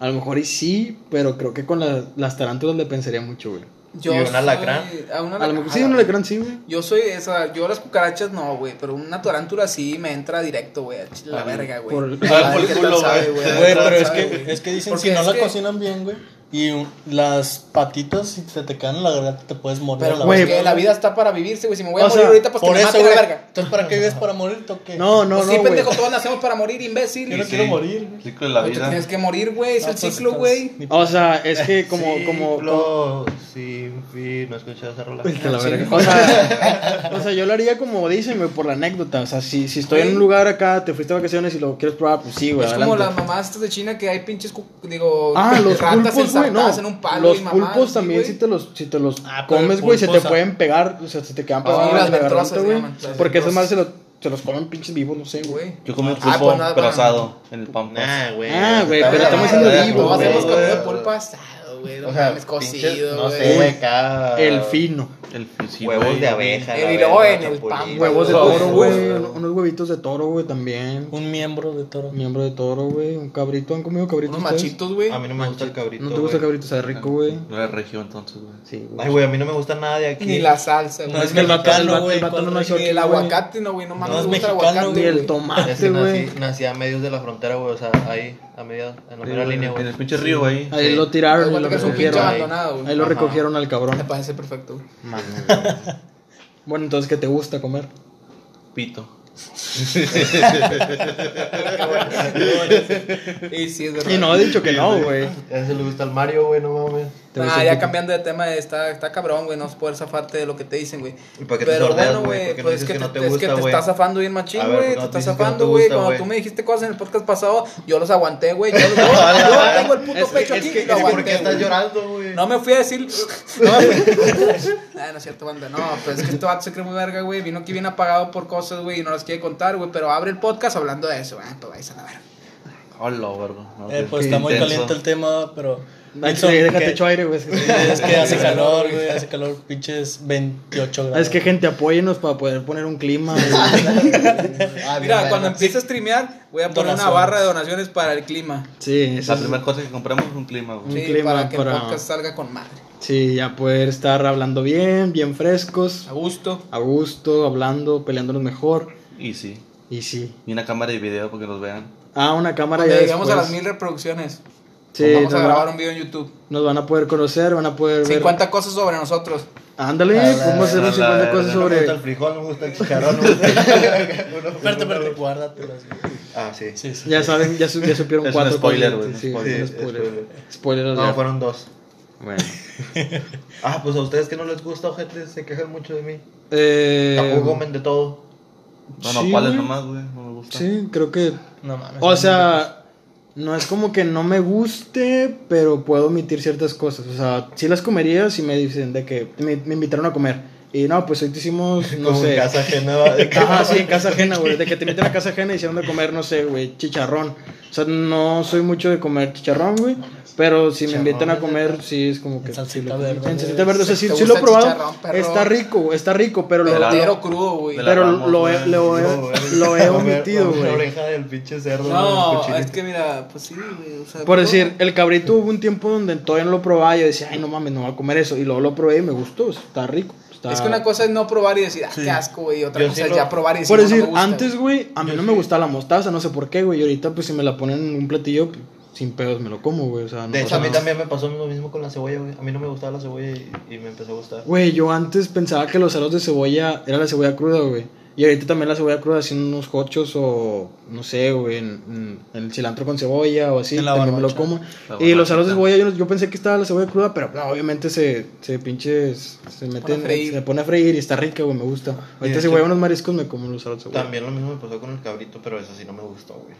Speaker 2: a lo mejor y sí, pero creo que con la- las tarántulas le pensaría mucho, güey.
Speaker 4: ¿Y un alacrán?
Speaker 3: soy- A un
Speaker 2: A lo
Speaker 3: alacrán.
Speaker 2: mejor sí, un gran sí, güey.
Speaker 3: Yo soy esa, yo las cucarachas no, güey, pero una tarántula sí me entra directo, güey, a la
Speaker 2: Ah,
Speaker 3: verga, güey.
Speaker 2: por-
Speaker 3: Ay,
Speaker 5: Ah, por el
Speaker 3: ¿qué tal
Speaker 5: culo,
Speaker 3: sabe,
Speaker 5: güey.
Speaker 3: A
Speaker 1: Güey,
Speaker 3: ver,
Speaker 1: pero es
Speaker 3: sabe,
Speaker 1: que,
Speaker 3: güey.
Speaker 1: es que dicen,
Speaker 3: Porque
Speaker 1: si no
Speaker 3: es
Speaker 1: la
Speaker 3: que-
Speaker 1: cocinan bien, güey, y un- las patitas si te, te quedan en la garganta te puedes morir.
Speaker 3: Pero,
Speaker 1: a la
Speaker 2: güey,
Speaker 1: verga.
Speaker 3: porque la vida está para vivirse, güey. Si me voy a
Speaker 2: O
Speaker 3: morir
Speaker 2: sea,
Speaker 3: ahorita, pues que
Speaker 1: Por
Speaker 3: me
Speaker 1: eso,
Speaker 3: maten a
Speaker 1: güey.
Speaker 3: la verga.
Speaker 1: Entonces, ¿para qué vives para morirte o qué?
Speaker 2: No, no,
Speaker 3: Pues
Speaker 2: no,
Speaker 3: sí,
Speaker 2: güey.
Speaker 3: pendejo, todos nacemos para morir, imbécil.
Speaker 1: Yo no
Speaker 5: Sí,
Speaker 1: quiero
Speaker 5: sí.
Speaker 1: morir, güey.
Speaker 5: Ciclo de la
Speaker 3: Pero te
Speaker 5: vida.
Speaker 3: Tienes que morir, güey, es
Speaker 1: No,
Speaker 3: el
Speaker 1: pues,
Speaker 3: ciclo, güey.
Speaker 1: entonces, ni-
Speaker 2: O sea, es que como, como, como- Pues,
Speaker 4: Ciclo sin fin. No he escuchado esa rola.
Speaker 2: Vete a la
Speaker 3: Ah,
Speaker 2: verga.
Speaker 3: sí.
Speaker 2: O sea, o sea, yo lo haría como dicen, güey, por la anécdota. O sea, si, si estoy en un lugar acá, te fuiste de vacaciones y lo quieres probar, pues sí, güey.
Speaker 3: es como
Speaker 2: adelante.
Speaker 3: las mamás estas de China que hay pinches, cu- digo,
Speaker 2: Ah, los
Speaker 3: ratas
Speaker 2: pulpos, güey, no.
Speaker 3: ensartadas en un palo
Speaker 2: los
Speaker 3: y mamadas,
Speaker 2: pulpos
Speaker 3: sí,
Speaker 2: también,
Speaker 3: güey.
Speaker 2: si te los, si te los
Speaker 1: Ah, pero
Speaker 2: comes, güey, se te
Speaker 1: pulpos, ah.
Speaker 2: pueden pegar, o sea, se te quedan
Speaker 3: Ah,
Speaker 2: pegados
Speaker 3: sí, las
Speaker 2: en la
Speaker 3: ventrosas
Speaker 2: garganta,
Speaker 3: se
Speaker 2: güey.
Speaker 3: llaman, las
Speaker 2: Porque esos
Speaker 3: ventrosas.
Speaker 2: madres se, lo- se los comen pinches vivos, no sé, güey.
Speaker 3: Güey.
Speaker 5: Yo comí un
Speaker 3: Ah,
Speaker 5: pulpo,
Speaker 3: pues nada,
Speaker 5: pero
Speaker 3: bueno.
Speaker 5: asado en el pues. pampa.
Speaker 4: Nah, güey.
Speaker 2: Ah, güey,
Speaker 4: Está
Speaker 2: pero
Speaker 4: bien,
Speaker 2: estamos haciendo
Speaker 4: está bien,
Speaker 2: vivo,
Speaker 4: güey.
Speaker 3: Todos
Speaker 2: güey.
Speaker 3: hemos comido pulpo asado, güey. No
Speaker 4: O sea,
Speaker 3: mames,
Speaker 4: pinches,
Speaker 3: cocido,
Speaker 4: no
Speaker 3: güey.
Speaker 4: sé, güey,
Speaker 3: Ah,
Speaker 4: acá.
Speaker 2: El fino.
Speaker 5: El fusil,
Speaker 4: Huevos
Speaker 5: güey.
Speaker 4: de abeja. la
Speaker 3: Y luego
Speaker 4: verga,
Speaker 3: en el pan,
Speaker 4: chapulín,
Speaker 2: Huevos de
Speaker 3: Huevos de
Speaker 2: toro,
Speaker 3: toro.
Speaker 2: güey. Unos huevitos de toro, güey, también.
Speaker 1: Un miembro de toro.
Speaker 2: Un miembro de toro, güey. Un cabrito. ¿Han comido cabrito
Speaker 3: Unos
Speaker 2: ustedes?
Speaker 3: machitos, güey.
Speaker 4: A mí no me gusta el cabrito.
Speaker 2: ¿No te gusta el
Speaker 4: güey.
Speaker 2: cabrito? Sabe rico, güey.
Speaker 5: No era regio entonces, güey.
Speaker 2: Sí,
Speaker 4: Ay, güey, a mí no me gusta nada de aquí.
Speaker 3: Ni la salsa,
Speaker 1: No,
Speaker 3: güey.
Speaker 1: es que el
Speaker 2: el
Speaker 1: bacano,
Speaker 2: vato-
Speaker 1: güey.
Speaker 2: el vato no
Speaker 1: cuatro-
Speaker 2: nació
Speaker 3: Ni
Speaker 2: aquí,
Speaker 3: el
Speaker 2: güey.
Speaker 3: aguacate, no, güey. No mames,
Speaker 1: No, es
Speaker 3: me gusta el
Speaker 1: mexicano,
Speaker 3: aguacate,
Speaker 2: Y
Speaker 1: güey.
Speaker 2: el
Speaker 4: Es que
Speaker 2: tomate, güey.
Speaker 4: nací, nací a medios de la frontera, güey. O sea, ahí, a mediados, en la
Speaker 5: Sí,
Speaker 4: primera
Speaker 5: güey,
Speaker 4: línea,
Speaker 5: En
Speaker 4: güey.
Speaker 5: el pinche río ahí.
Speaker 2: Ahí
Speaker 4: Sí.
Speaker 2: lo tiraron y
Speaker 3: Igual
Speaker 2: lo
Speaker 3: que es un pinche
Speaker 2: recogieron.
Speaker 4: ahí.
Speaker 3: abandonado,
Speaker 2: Ahí
Speaker 3: güey.
Speaker 2: lo
Speaker 4: Ajá.
Speaker 2: recogieron al
Speaker 3: Me
Speaker 2: cabrón.
Speaker 3: parece perfecto, güey.
Speaker 4: Mami, güey.
Speaker 2: Bueno, entonces, ¿qué te gusta comer?
Speaker 5: Pito.
Speaker 3: Y sí, es verdad.
Speaker 2: Y no he dicho que no, güey.
Speaker 4: A ese le gusta el Mario, güey, no mames.
Speaker 2: ¿Te gusta
Speaker 3: Ah,
Speaker 2: el
Speaker 3: ya
Speaker 2: pito?
Speaker 3: cambiando de tema, está, está cabrón, güey, no poder zafarte de lo que te dicen, güey.
Speaker 4: ¿Y para qué te sordeas, güey? ¿Por qué no
Speaker 3: pues
Speaker 4: dices
Speaker 3: es que,
Speaker 4: que no
Speaker 3: te, es
Speaker 4: te
Speaker 3: que
Speaker 4: gusta,
Speaker 3: te
Speaker 4: güey?
Speaker 3: estás zafando bien machín,
Speaker 4: A ver,
Speaker 3: güey,
Speaker 4: ¿por qué
Speaker 3: te
Speaker 4: no
Speaker 3: estás
Speaker 4: dices que no te
Speaker 3: zafando, güey.
Speaker 4: gusta,
Speaker 3: Cuando
Speaker 4: güey?
Speaker 3: tú me dijiste cosas en el podcast pasado, yo los aguanté, güey. Yo, los- yo tengo el puto
Speaker 2: Es que-
Speaker 3: pecho
Speaker 2: es
Speaker 3: aquí
Speaker 2: que-
Speaker 3: y lo
Speaker 2: es que
Speaker 4: ¿Por
Speaker 3: aguanté,
Speaker 4: qué estás
Speaker 3: güey.
Speaker 4: llorando, güey?
Speaker 3: No me fui a decir. No, me fui- Ay, no es cierto, banda. No, pues es que este vato se cree muy verga, güey. Vino aquí bien apagado por cosas, güey, y no las quiere contar, güey. Pero abre el podcast hablando de eso, güey. Pues vais a la verga.
Speaker 5: Hola, vergo. No,
Speaker 1: Eh,
Speaker 5: qué-
Speaker 1: pues
Speaker 5: qué
Speaker 1: está muy
Speaker 5: intenso.
Speaker 1: caliente el tema, pero.
Speaker 2: Ay,
Speaker 1: Wilson,
Speaker 2: sí, déjate
Speaker 1: que-
Speaker 2: hecho aire, güey. Es que-
Speaker 1: Es que hace calor, güey. Hace calor, pinches 28 grados.
Speaker 2: Es que, gente, apóyenos para poder poner un clima. güey.
Speaker 4: Ah, bien,
Speaker 3: Mira,
Speaker 4: bueno.
Speaker 3: cuando empiece a streamear, voy a poner una
Speaker 1: Donaciones.
Speaker 3: barra de donaciones para el clima.
Speaker 2: Sí, eso
Speaker 5: La
Speaker 2: es-
Speaker 5: primera cosa que compramos fue un clima, güey.
Speaker 2: Un
Speaker 3: Sí,
Speaker 2: clima
Speaker 3: para que el
Speaker 2: para-
Speaker 3: podcast salga con madre.
Speaker 2: sí, ya poder estar hablando bien, bien frescos,
Speaker 3: A gusto.
Speaker 2: a gusto, hablando, peleándonos mejor.
Speaker 5: Y sí.
Speaker 2: Y sí.
Speaker 5: Y una cámara de video porque nos vean.
Speaker 2: Ah, una cámara
Speaker 3: Cuando
Speaker 2: ya
Speaker 3: llegamos a
Speaker 2: después.
Speaker 3: las mil reproducciones.
Speaker 2: pues. Sí,
Speaker 3: vamos a
Speaker 2: nos,
Speaker 3: grabar
Speaker 2: va-
Speaker 3: un video en YouTube.
Speaker 2: nos van a poder conocer, van a poder ver.
Speaker 3: 50 cosas sobre nosotros.
Speaker 2: Ándale,
Speaker 4: A la-
Speaker 2: vamos a hacer
Speaker 5: a
Speaker 2: un
Speaker 5: la-
Speaker 2: 50 cosas
Speaker 4: No me
Speaker 2: sobre.
Speaker 4: gusta el frijol, no me gusta el chicharrón. no me gusta- Uno-
Speaker 1: Espérate,
Speaker 4: uno-
Speaker 1: espérate, guárdatelas, güey.
Speaker 4: Ah, sí.
Speaker 1: Sí, sí.
Speaker 2: Ya saben, ya, su- ya supieron
Speaker 5: Es un
Speaker 2: cuatro
Speaker 5: spoiler,
Speaker 2: cosas.
Speaker 5: güey,
Speaker 2: Sí,
Speaker 5: un
Speaker 2: un
Speaker 4: spoiler.
Speaker 2: spoiler.
Speaker 4: Sí, spoiler.
Speaker 2: Spoiler
Speaker 4: No,
Speaker 2: alert.
Speaker 4: fueron dos.
Speaker 2: Bueno.
Speaker 4: Ah, pues a ustedes que no les gusta, ojete, se quejan mucho de mí.
Speaker 2: Eh,
Speaker 4: Tampoco comen de todo.
Speaker 5: No, no,
Speaker 2: Sí,
Speaker 5: pales
Speaker 2: güey.
Speaker 5: nomás, güey. No me gusta.
Speaker 2: Sí, creo que.
Speaker 1: No mames.
Speaker 2: O sea, no es como que no me guste, pero puedo omitir ciertas cosas. O sea, sí las comería si me dicen de que me, me invitaron a comer. Y no, pues hoy te hicimos, no
Speaker 4: Como en
Speaker 2: sé.
Speaker 4: casa ajena. va, de que-
Speaker 2: Ajá, sí, en casa ajena, güey. De que te meten a casa ajena y hicieron de comer, no sé, güey, chicharrón. O sea, no soy mucho de comer chicharrón, güey. Pero si me
Speaker 4: Chicharrón,
Speaker 2: invitan a
Speaker 4: ¿no?
Speaker 2: comer, sí es como que.
Speaker 1: En salsita
Speaker 2: sí lo-
Speaker 1: verde.
Speaker 2: En salsita verde, o sea,
Speaker 3: Si
Speaker 2: sí,
Speaker 3: te
Speaker 2: sí
Speaker 3: gusta
Speaker 2: lo he
Speaker 3: el
Speaker 2: probado.
Speaker 3: chicharrón, perro.
Speaker 2: Está rico, está rico, pero lo.
Speaker 5: Pero-
Speaker 3: Entero crudo, güey.
Speaker 5: de la-
Speaker 2: Pero
Speaker 5: Ramos,
Speaker 2: lo he, lo he- lo he omitido,
Speaker 4: La
Speaker 2: güey.
Speaker 4: oreja del pinche cerdo. güey,
Speaker 3: No,
Speaker 4: cuchillito.
Speaker 3: es que mira, pues sí, güey. o sea,
Speaker 2: Por
Speaker 3: todo-
Speaker 2: decir, el cabrito hubo un tiempo donde todavía no lo probaba. Yo decía, ay, no mames, no voy a comer eso. Y luego lo probé y me gustó, está rico. está-
Speaker 3: Es que una cosa es no probar y decir, ah, qué asco, güey. Y otra
Speaker 4: Yo
Speaker 3: cosa
Speaker 4: sí
Speaker 3: es
Speaker 4: lo-
Speaker 3: ya probar y decir,
Speaker 2: Por
Speaker 3: no,
Speaker 2: decir,
Speaker 3: no me gusta,
Speaker 2: antes,
Speaker 3: güey.
Speaker 2: güey, a mí no me gustaba la mostaza, no sé por qué, güey. Y ahorita, pues, si me la ponen en un platillo, pues, sin pedos me lo como, güey. O sea, no
Speaker 4: De hecho,
Speaker 2: pasa
Speaker 4: a mí
Speaker 2: nada.
Speaker 4: también me pasó lo mismo con la cebolla, güey. A mí no me gustaba la cebolla y, y me empezó a gustar.
Speaker 2: Güey, yo antes pensaba que los aros de cebolla era la cebolla cruda, güey. Y ahorita también la cebolla cruda haciendo unos cochos o, no sé, güey, en, en- en el cilantro con cebolla o así,
Speaker 1: En la
Speaker 2: también me lo
Speaker 1: barbacha.
Speaker 2: como.
Speaker 5: La
Speaker 2: Y los aros de
Speaker 5: barbachita.
Speaker 2: cebolla, yo, yo pensé que estaba la cebolla cruda, pero no, obviamente se, se pinches, se meten,
Speaker 3: freír.
Speaker 2: se pone a freír y está rica, güey, me gusta. Ahorita
Speaker 4: de
Speaker 2: si
Speaker 4: hecho-
Speaker 2: voy a unos mariscos me como los aros de cebolla.
Speaker 4: También lo mismo me pasó con el cabrito, pero eso sí no me gustó, güey.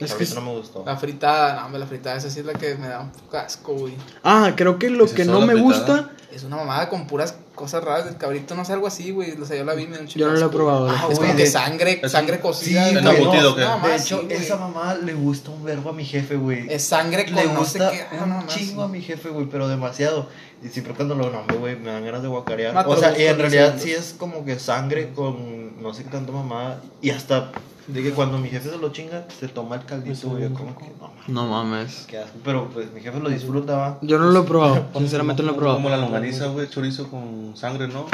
Speaker 4: El
Speaker 2: Es
Speaker 4: cabrito
Speaker 2: que es-
Speaker 4: no me gustó.
Speaker 3: La fritada, no, hombre, la fritada, esa sí es la que me da un poco asco, güey.
Speaker 2: Ah, creo que lo
Speaker 5: ¿Es
Speaker 2: que
Speaker 5: eso
Speaker 2: no
Speaker 5: la
Speaker 2: me
Speaker 5: fritada?
Speaker 2: gusta
Speaker 3: Es una mamada con puras cosas raras. El cabrito no es algo así, güey. O sea, yo la vi, me dio un
Speaker 2: Yo no lo he
Speaker 3: chingazo.
Speaker 2: probado.
Speaker 3: Ah, es
Speaker 4: güey,
Speaker 3: como que
Speaker 4: de-
Speaker 3: sangre,
Speaker 5: es
Speaker 3: sangre
Speaker 5: un-
Speaker 3: cocida.
Speaker 5: sí,
Speaker 3: y
Speaker 5: ¿no?
Speaker 3: todo.
Speaker 5: embutido, ¿qué?
Speaker 3: Nada más,
Speaker 4: Ah, De hecho,
Speaker 3: sí, güey.
Speaker 4: esa mamá le gusta un verbo a mi jefe, güey.
Speaker 3: Es sangre con
Speaker 4: Le
Speaker 3: no sé
Speaker 4: gusta
Speaker 3: qué. ah,
Speaker 4: un
Speaker 3: no, más.
Speaker 4: chingo a mi jefe, güey, pero demasiado. Y siempre cuando lo nombro, güey, me dan ganas de guacarear.
Speaker 3: Mato
Speaker 4: o sea,
Speaker 3: dos
Speaker 4: y en
Speaker 3: con
Speaker 4: realidad
Speaker 3: segundos.
Speaker 4: sí es como que sangre con no sé qué tanto mamada. Y hasta de que cuando mi jefe se lo chinga, se toma el caldito, güey. yo Como que no mames,
Speaker 2: No mames.
Speaker 4: qué asco. Pero pues mi jefe lo disfrutaba.
Speaker 2: Yo no lo he probado. Sinceramente no lo he
Speaker 5: Como la
Speaker 2: probado.
Speaker 5: longaniza, güey, chorizo con sangre, ¿no?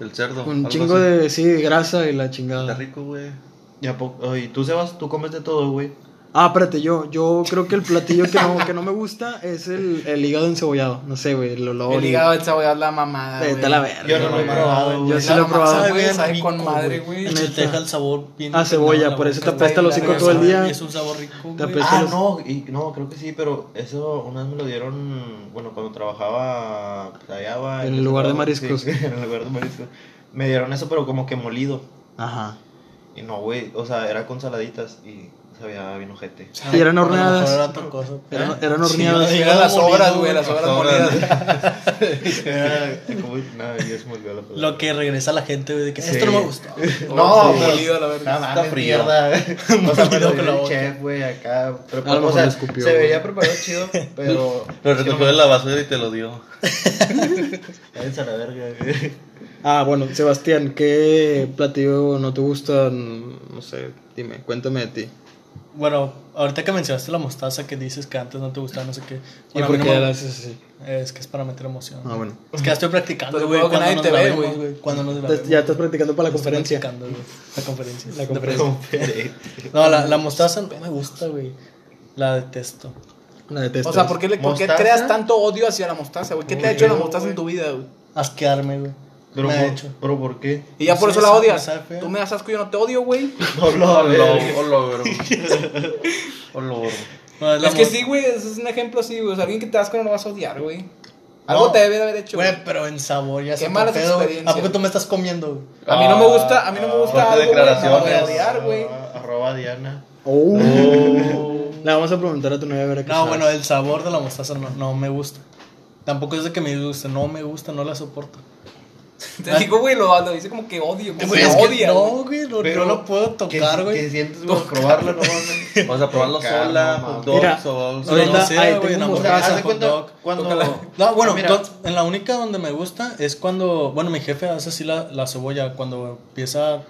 Speaker 5: El cerdo.
Speaker 2: Un
Speaker 5: algo
Speaker 2: chingo
Speaker 5: así.
Speaker 2: de, sí, grasa y la
Speaker 5: Está
Speaker 2: chingada.
Speaker 5: rico, güey.
Speaker 4: Y, a poco- ay, tú, Sebas, tú comes de todo, güey.
Speaker 2: Ah, espérate, yo, yo creo que el platillo que no, que no me gusta es el, el hígado encebollado. No sé, güey, lo olor.
Speaker 3: El
Speaker 2: y-
Speaker 3: hígado de cebolla es la mamada.
Speaker 2: Vete
Speaker 3: güey.
Speaker 2: a la verga,
Speaker 4: Yo no lo he
Speaker 2: mamá.
Speaker 4: probado, güey.
Speaker 2: Yo sí lo he
Speaker 3: La
Speaker 2: probado.
Speaker 3: masa,
Speaker 1: Sabe
Speaker 3: güey,
Speaker 1: bien
Speaker 3: sabe
Speaker 1: rico,
Speaker 3: con madre,
Speaker 1: Y
Speaker 3: güey.
Speaker 2: Neta.
Speaker 1: te deja el sabor bien.
Speaker 2: Ah, cebolla,
Speaker 1: impregnado en la
Speaker 2: por eso te
Speaker 1: boca,
Speaker 2: apesta el
Speaker 1: güey,
Speaker 2: hocico
Speaker 1: la
Speaker 2: todo el
Speaker 1: sabe,
Speaker 2: día.
Speaker 1: y Es un sabor rico.
Speaker 2: Te
Speaker 1: güey.
Speaker 2: apesta.
Speaker 4: Ah,
Speaker 2: Pues los-
Speaker 4: no, y, no, creo que sí, pero eso una vez me lo dieron, bueno, cuando trabajaba pues, allá va,
Speaker 2: En el lugar de
Speaker 4: sí,
Speaker 2: mariscos.
Speaker 4: en el lugar de mariscos. Me dieron eso, pero como que molido.
Speaker 2: Ajá.
Speaker 4: Y no, güey, o sea, era con saladitas y sabía bien ojete.
Speaker 2: Y eran
Speaker 1: Ah, A lo mejor
Speaker 2: horneadas.
Speaker 1: era otra cosa.
Speaker 2: Eran, eran horneadas.
Speaker 1: Sí,
Speaker 3: Eran las
Speaker 1: molido,
Speaker 3: obras, güey,
Speaker 1: güey.
Speaker 3: las obras
Speaker 5: Las obras.
Speaker 3: molidas.
Speaker 4: Era como, nada, ya se me olvidó la palabra.
Speaker 1: Lo que regresa a la gente, güey, de que
Speaker 4: Sí.
Speaker 1: esto no me gustó.
Speaker 2: Oh,
Speaker 4: No,
Speaker 3: Sí,
Speaker 4: pero-
Speaker 3: molido, la
Speaker 4: Nada
Speaker 3: verga.
Speaker 4: más,
Speaker 5: Está frío.
Speaker 4: mierda. O sea, me
Speaker 1: Molido con
Speaker 4: lo
Speaker 1: la
Speaker 4: dio el
Speaker 1: boca.
Speaker 4: chef, güey, acá.
Speaker 2: A lo
Speaker 4: preparado.
Speaker 2: mejor
Speaker 4: O sea,
Speaker 2: lo escupió,
Speaker 4: se
Speaker 2: güey.
Speaker 4: veía preparado chido, pero.
Speaker 5: Lo recogió de la basura y te lo dio.
Speaker 4: Váyanse a la verga, güey.
Speaker 2: Ah, bueno, Sebastián, ¿qué platillo no te gusta? No sé, dime, cuéntame de ti.
Speaker 1: Bueno, ahorita que mencionaste la mostaza que dices que antes no te gustaba, no sé qué.
Speaker 2: ¿Y
Speaker 1: Bueno, a
Speaker 2: por
Speaker 1: mí no
Speaker 2: qué
Speaker 1: me-
Speaker 2: la haces así?
Speaker 1: Es que es para meter emoción.
Speaker 2: Ah, bueno.
Speaker 1: Es que ya estoy practicando,
Speaker 3: Pero
Speaker 1: güey.
Speaker 3: luego que
Speaker 1: cuando
Speaker 3: Pues, nadie
Speaker 1: nos
Speaker 3: te ve,
Speaker 1: grabemos,
Speaker 3: güey.
Speaker 1: Cuando nos
Speaker 2: Entonces,
Speaker 1: grabemos,
Speaker 2: ya
Speaker 1: güey.
Speaker 2: estás practicando para la
Speaker 1: Estoy
Speaker 2: conferencia.
Speaker 1: practicando, güey. La conferencia.
Speaker 2: La conferencia.
Speaker 1: De prensa. No, la, la mostaza no me gusta, güey. La detesto.
Speaker 2: La detesto.
Speaker 3: O sea, ¿por qué, le- ¿por qué
Speaker 4: ¿Mostaza?
Speaker 3: creas tanto odio hacia la mostaza, güey? ¿Qué te ha hecho la mostaza en tu vida, güey?
Speaker 1: Asquearme, güey.
Speaker 4: Pero,
Speaker 1: me ha
Speaker 4: por-
Speaker 1: hecho.
Speaker 4: pero, ¿por qué?
Speaker 3: Y ya
Speaker 1: No
Speaker 3: por
Speaker 1: sé,
Speaker 3: eso la
Speaker 1: sabe-
Speaker 3: odias.
Speaker 1: sabe feo.
Speaker 3: Tú me das asco y yo no te odio, güey.
Speaker 4: No, no,
Speaker 5: Olo, olo, bro. Olo, bro.
Speaker 1: No, la
Speaker 3: Es que
Speaker 1: mo-
Speaker 3: sí, güey, ese es un ejemplo así, güey. O sea, alguien que te das con no lo vas a odiar, güey. Algo
Speaker 1: No.
Speaker 3: te debe de haber hecho.
Speaker 1: Güey,
Speaker 3: güey.
Speaker 1: pero en sabor, ya
Speaker 3: Qué
Speaker 1: se
Speaker 3: malas
Speaker 1: pedo, güey.
Speaker 3: experiencias.
Speaker 1: ¿A poco tú me estás comiendo, güey?
Speaker 3: A mí no
Speaker 1: Ah,
Speaker 3: me gusta, a mí no me gusta
Speaker 5: fuerte
Speaker 3: algo, güey, no lo voy a
Speaker 5: declaraciones.
Speaker 3: odiar, güey.
Speaker 4: Arroba Diana.
Speaker 2: Oh. La Oh. vamos a preguntar a tu novia a ver qué
Speaker 1: No,
Speaker 2: sabe.
Speaker 1: bueno, el sabor de la mostaza no, no me gusta. Tampoco es de que me guste, no me gusta, no la soporto.
Speaker 3: Te digo, güey, lo, lo dice como que odio, como
Speaker 1: Güey,
Speaker 3: que
Speaker 1: es que
Speaker 3: odia, güey.
Speaker 1: no, güey, no, no lo puedo tocar,
Speaker 4: ¿Qué,
Speaker 1: güey.
Speaker 4: ¿Qué sientes, güey? Probarlo, no mames.
Speaker 5: Vamos a probarlo
Speaker 4: Tocar,
Speaker 5: sola,
Speaker 4: no,
Speaker 5: hot
Speaker 4: mames.
Speaker 2: Mira,
Speaker 5: dogs o
Speaker 1: No, no
Speaker 2: Ahorita
Speaker 1: sé,
Speaker 2: ahí
Speaker 1: güey, una
Speaker 2: tengo un
Speaker 4: O sea, haz
Speaker 1: mostaza,
Speaker 4: de
Speaker 1: hot
Speaker 4: cuenta,
Speaker 1: dog.
Speaker 4: cuando.
Speaker 1: No, bueno,
Speaker 4: mira,
Speaker 1: dos- en la única donde me gusta es cuando, bueno, mi jefe hace así la, la cebolla cuando empieza a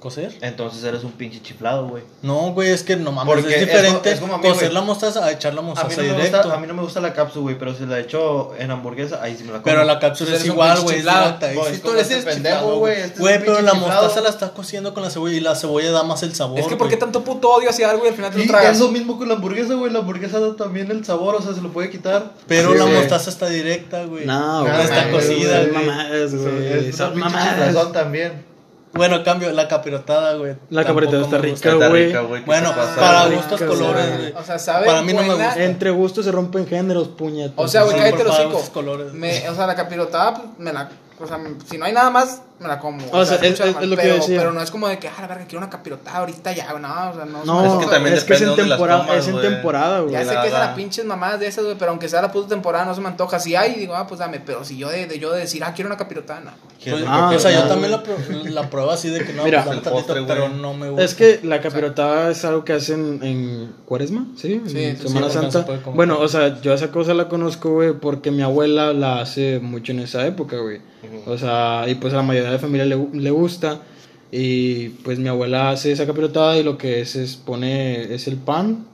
Speaker 1: cocer.
Speaker 4: Entonces eres un pinche chiflado, güey.
Speaker 1: No, güey, es que no mames,
Speaker 4: Porque
Speaker 1: es
Speaker 4: es
Speaker 1: diferente
Speaker 4: co- es como a mí,
Speaker 1: cocer
Speaker 4: güey.
Speaker 1: la mostaza a echar la
Speaker 4: A mí,
Speaker 1: mostaza
Speaker 4: no me
Speaker 1: directo.
Speaker 4: gusta, a mí no me gusta la cápsula, güey, pero si la echo en hamburguesa, ahí sí me la como.
Speaker 1: Pero la cápsula
Speaker 3: Eres
Speaker 1: es
Speaker 3: un
Speaker 1: igual,
Speaker 3: pinche
Speaker 1: güey, es
Speaker 3: chiflado.
Speaker 1: directa. Y
Speaker 4: Pues,
Speaker 1: si tú
Speaker 4: como
Speaker 1: eres
Speaker 4: este
Speaker 1: el
Speaker 4: pendejo,
Speaker 1: chiflado,
Speaker 4: güey,
Speaker 1: güey.
Speaker 4: este es
Speaker 1: Güey,
Speaker 4: un
Speaker 1: pero
Speaker 4: pinche
Speaker 1: la
Speaker 4: chiflado.
Speaker 1: mostaza la estás cociendo con la cebolla y la cebolla da más el sabor.
Speaker 3: Es que ¿por qué
Speaker 1: güey.
Speaker 3: tanto puto odio hacia algo y al final te lo
Speaker 4: Y
Speaker 3: tragas?
Speaker 4: eso mismo con la hamburguesa, güey. La hamburguesa da también el sabor, o sea, se lo puede quitar. Ah,
Speaker 1: Pero
Speaker 2: Sí,
Speaker 1: la
Speaker 2: güey.
Speaker 1: mostaza está directa, güey.
Speaker 2: No,
Speaker 4: No,
Speaker 2: güey.
Speaker 1: está cocida,
Speaker 2: Son
Speaker 1: güey.
Speaker 2: mamadas,
Speaker 4: Eso
Speaker 2: güey.
Speaker 4: es una
Speaker 2: Son
Speaker 4: pinche
Speaker 2: mamadas.
Speaker 4: chiflazón también.
Speaker 1: Bueno, cambio, la capirotada, güey.
Speaker 2: La
Speaker 1: tampoco
Speaker 2: cabrita está
Speaker 1: me gusta.
Speaker 2: rica,
Speaker 5: Está
Speaker 2: güey.
Speaker 5: rica, güey. ¿qué
Speaker 1: Bueno,
Speaker 5: te pasa?
Speaker 1: para
Speaker 2: rica,
Speaker 1: gustos
Speaker 2: güey.
Speaker 1: colores, güey.
Speaker 3: O sea, sabe
Speaker 1: Para mí no me
Speaker 3: buena-
Speaker 1: gusta.
Speaker 2: Entre gustos se rompen géneros, puñetas.
Speaker 3: O sea, güey,
Speaker 1: Sí,
Speaker 3: cállate los
Speaker 1: por
Speaker 3: cinco.
Speaker 1: favor, colores.
Speaker 3: Me, o sea, la capirotada, pues, me la. O sea, si no hay nada más, me la como.
Speaker 2: O sea,
Speaker 3: está
Speaker 2: es-
Speaker 3: mucho de
Speaker 2: es-
Speaker 3: mal
Speaker 2: es lo que
Speaker 3: pedo,
Speaker 2: yo decía.
Speaker 3: Pero no es como de que, ah, la verga, quiero una capirotada ahorita ya, güey, no, o sea, no.
Speaker 2: No,
Speaker 5: Es
Speaker 2: es
Speaker 5: que
Speaker 2: que,
Speaker 5: también
Speaker 2: es,
Speaker 5: depende
Speaker 2: en
Speaker 5: dónde las
Speaker 2: temporada,
Speaker 5: comas,
Speaker 2: es en
Speaker 5: güey.
Speaker 2: temporada, güey.
Speaker 3: Ya sé
Speaker 5: la
Speaker 3: que es a las
Speaker 5: da.
Speaker 3: pinches mamadas de esas, güey, pero aunque sea la puta temporada, no se me antoja. Si hay, digo, ah, pues dame, pero si yo de, de- yo de decir, ah, quiero una capirotada, no.
Speaker 1: Pues,
Speaker 2: Ah,
Speaker 1: o sea, yo
Speaker 2: ya,
Speaker 1: también la, pro- la pruebo así de que no,
Speaker 2: Mira,
Speaker 1: pues, dame
Speaker 5: el
Speaker 1: tantito,
Speaker 5: postre, güey.
Speaker 1: pero no me gusta.
Speaker 2: Es que la capirotada es algo que hacen en Cuaresma, ¿sí? En Semana
Speaker 3: Sí, sí,
Speaker 1: sí, porque no se
Speaker 2: Santa.
Speaker 1: puede comer.
Speaker 2: Bueno, o sea, yo esa cosa la conozco, güey, porque mi abuela la hace mucho en esa época, güey. O sea, y pues a la mayoría de la familia le, gu- le gusta. Y pues mi abuela hace esa capirotada y lo que es es pone, es el pan.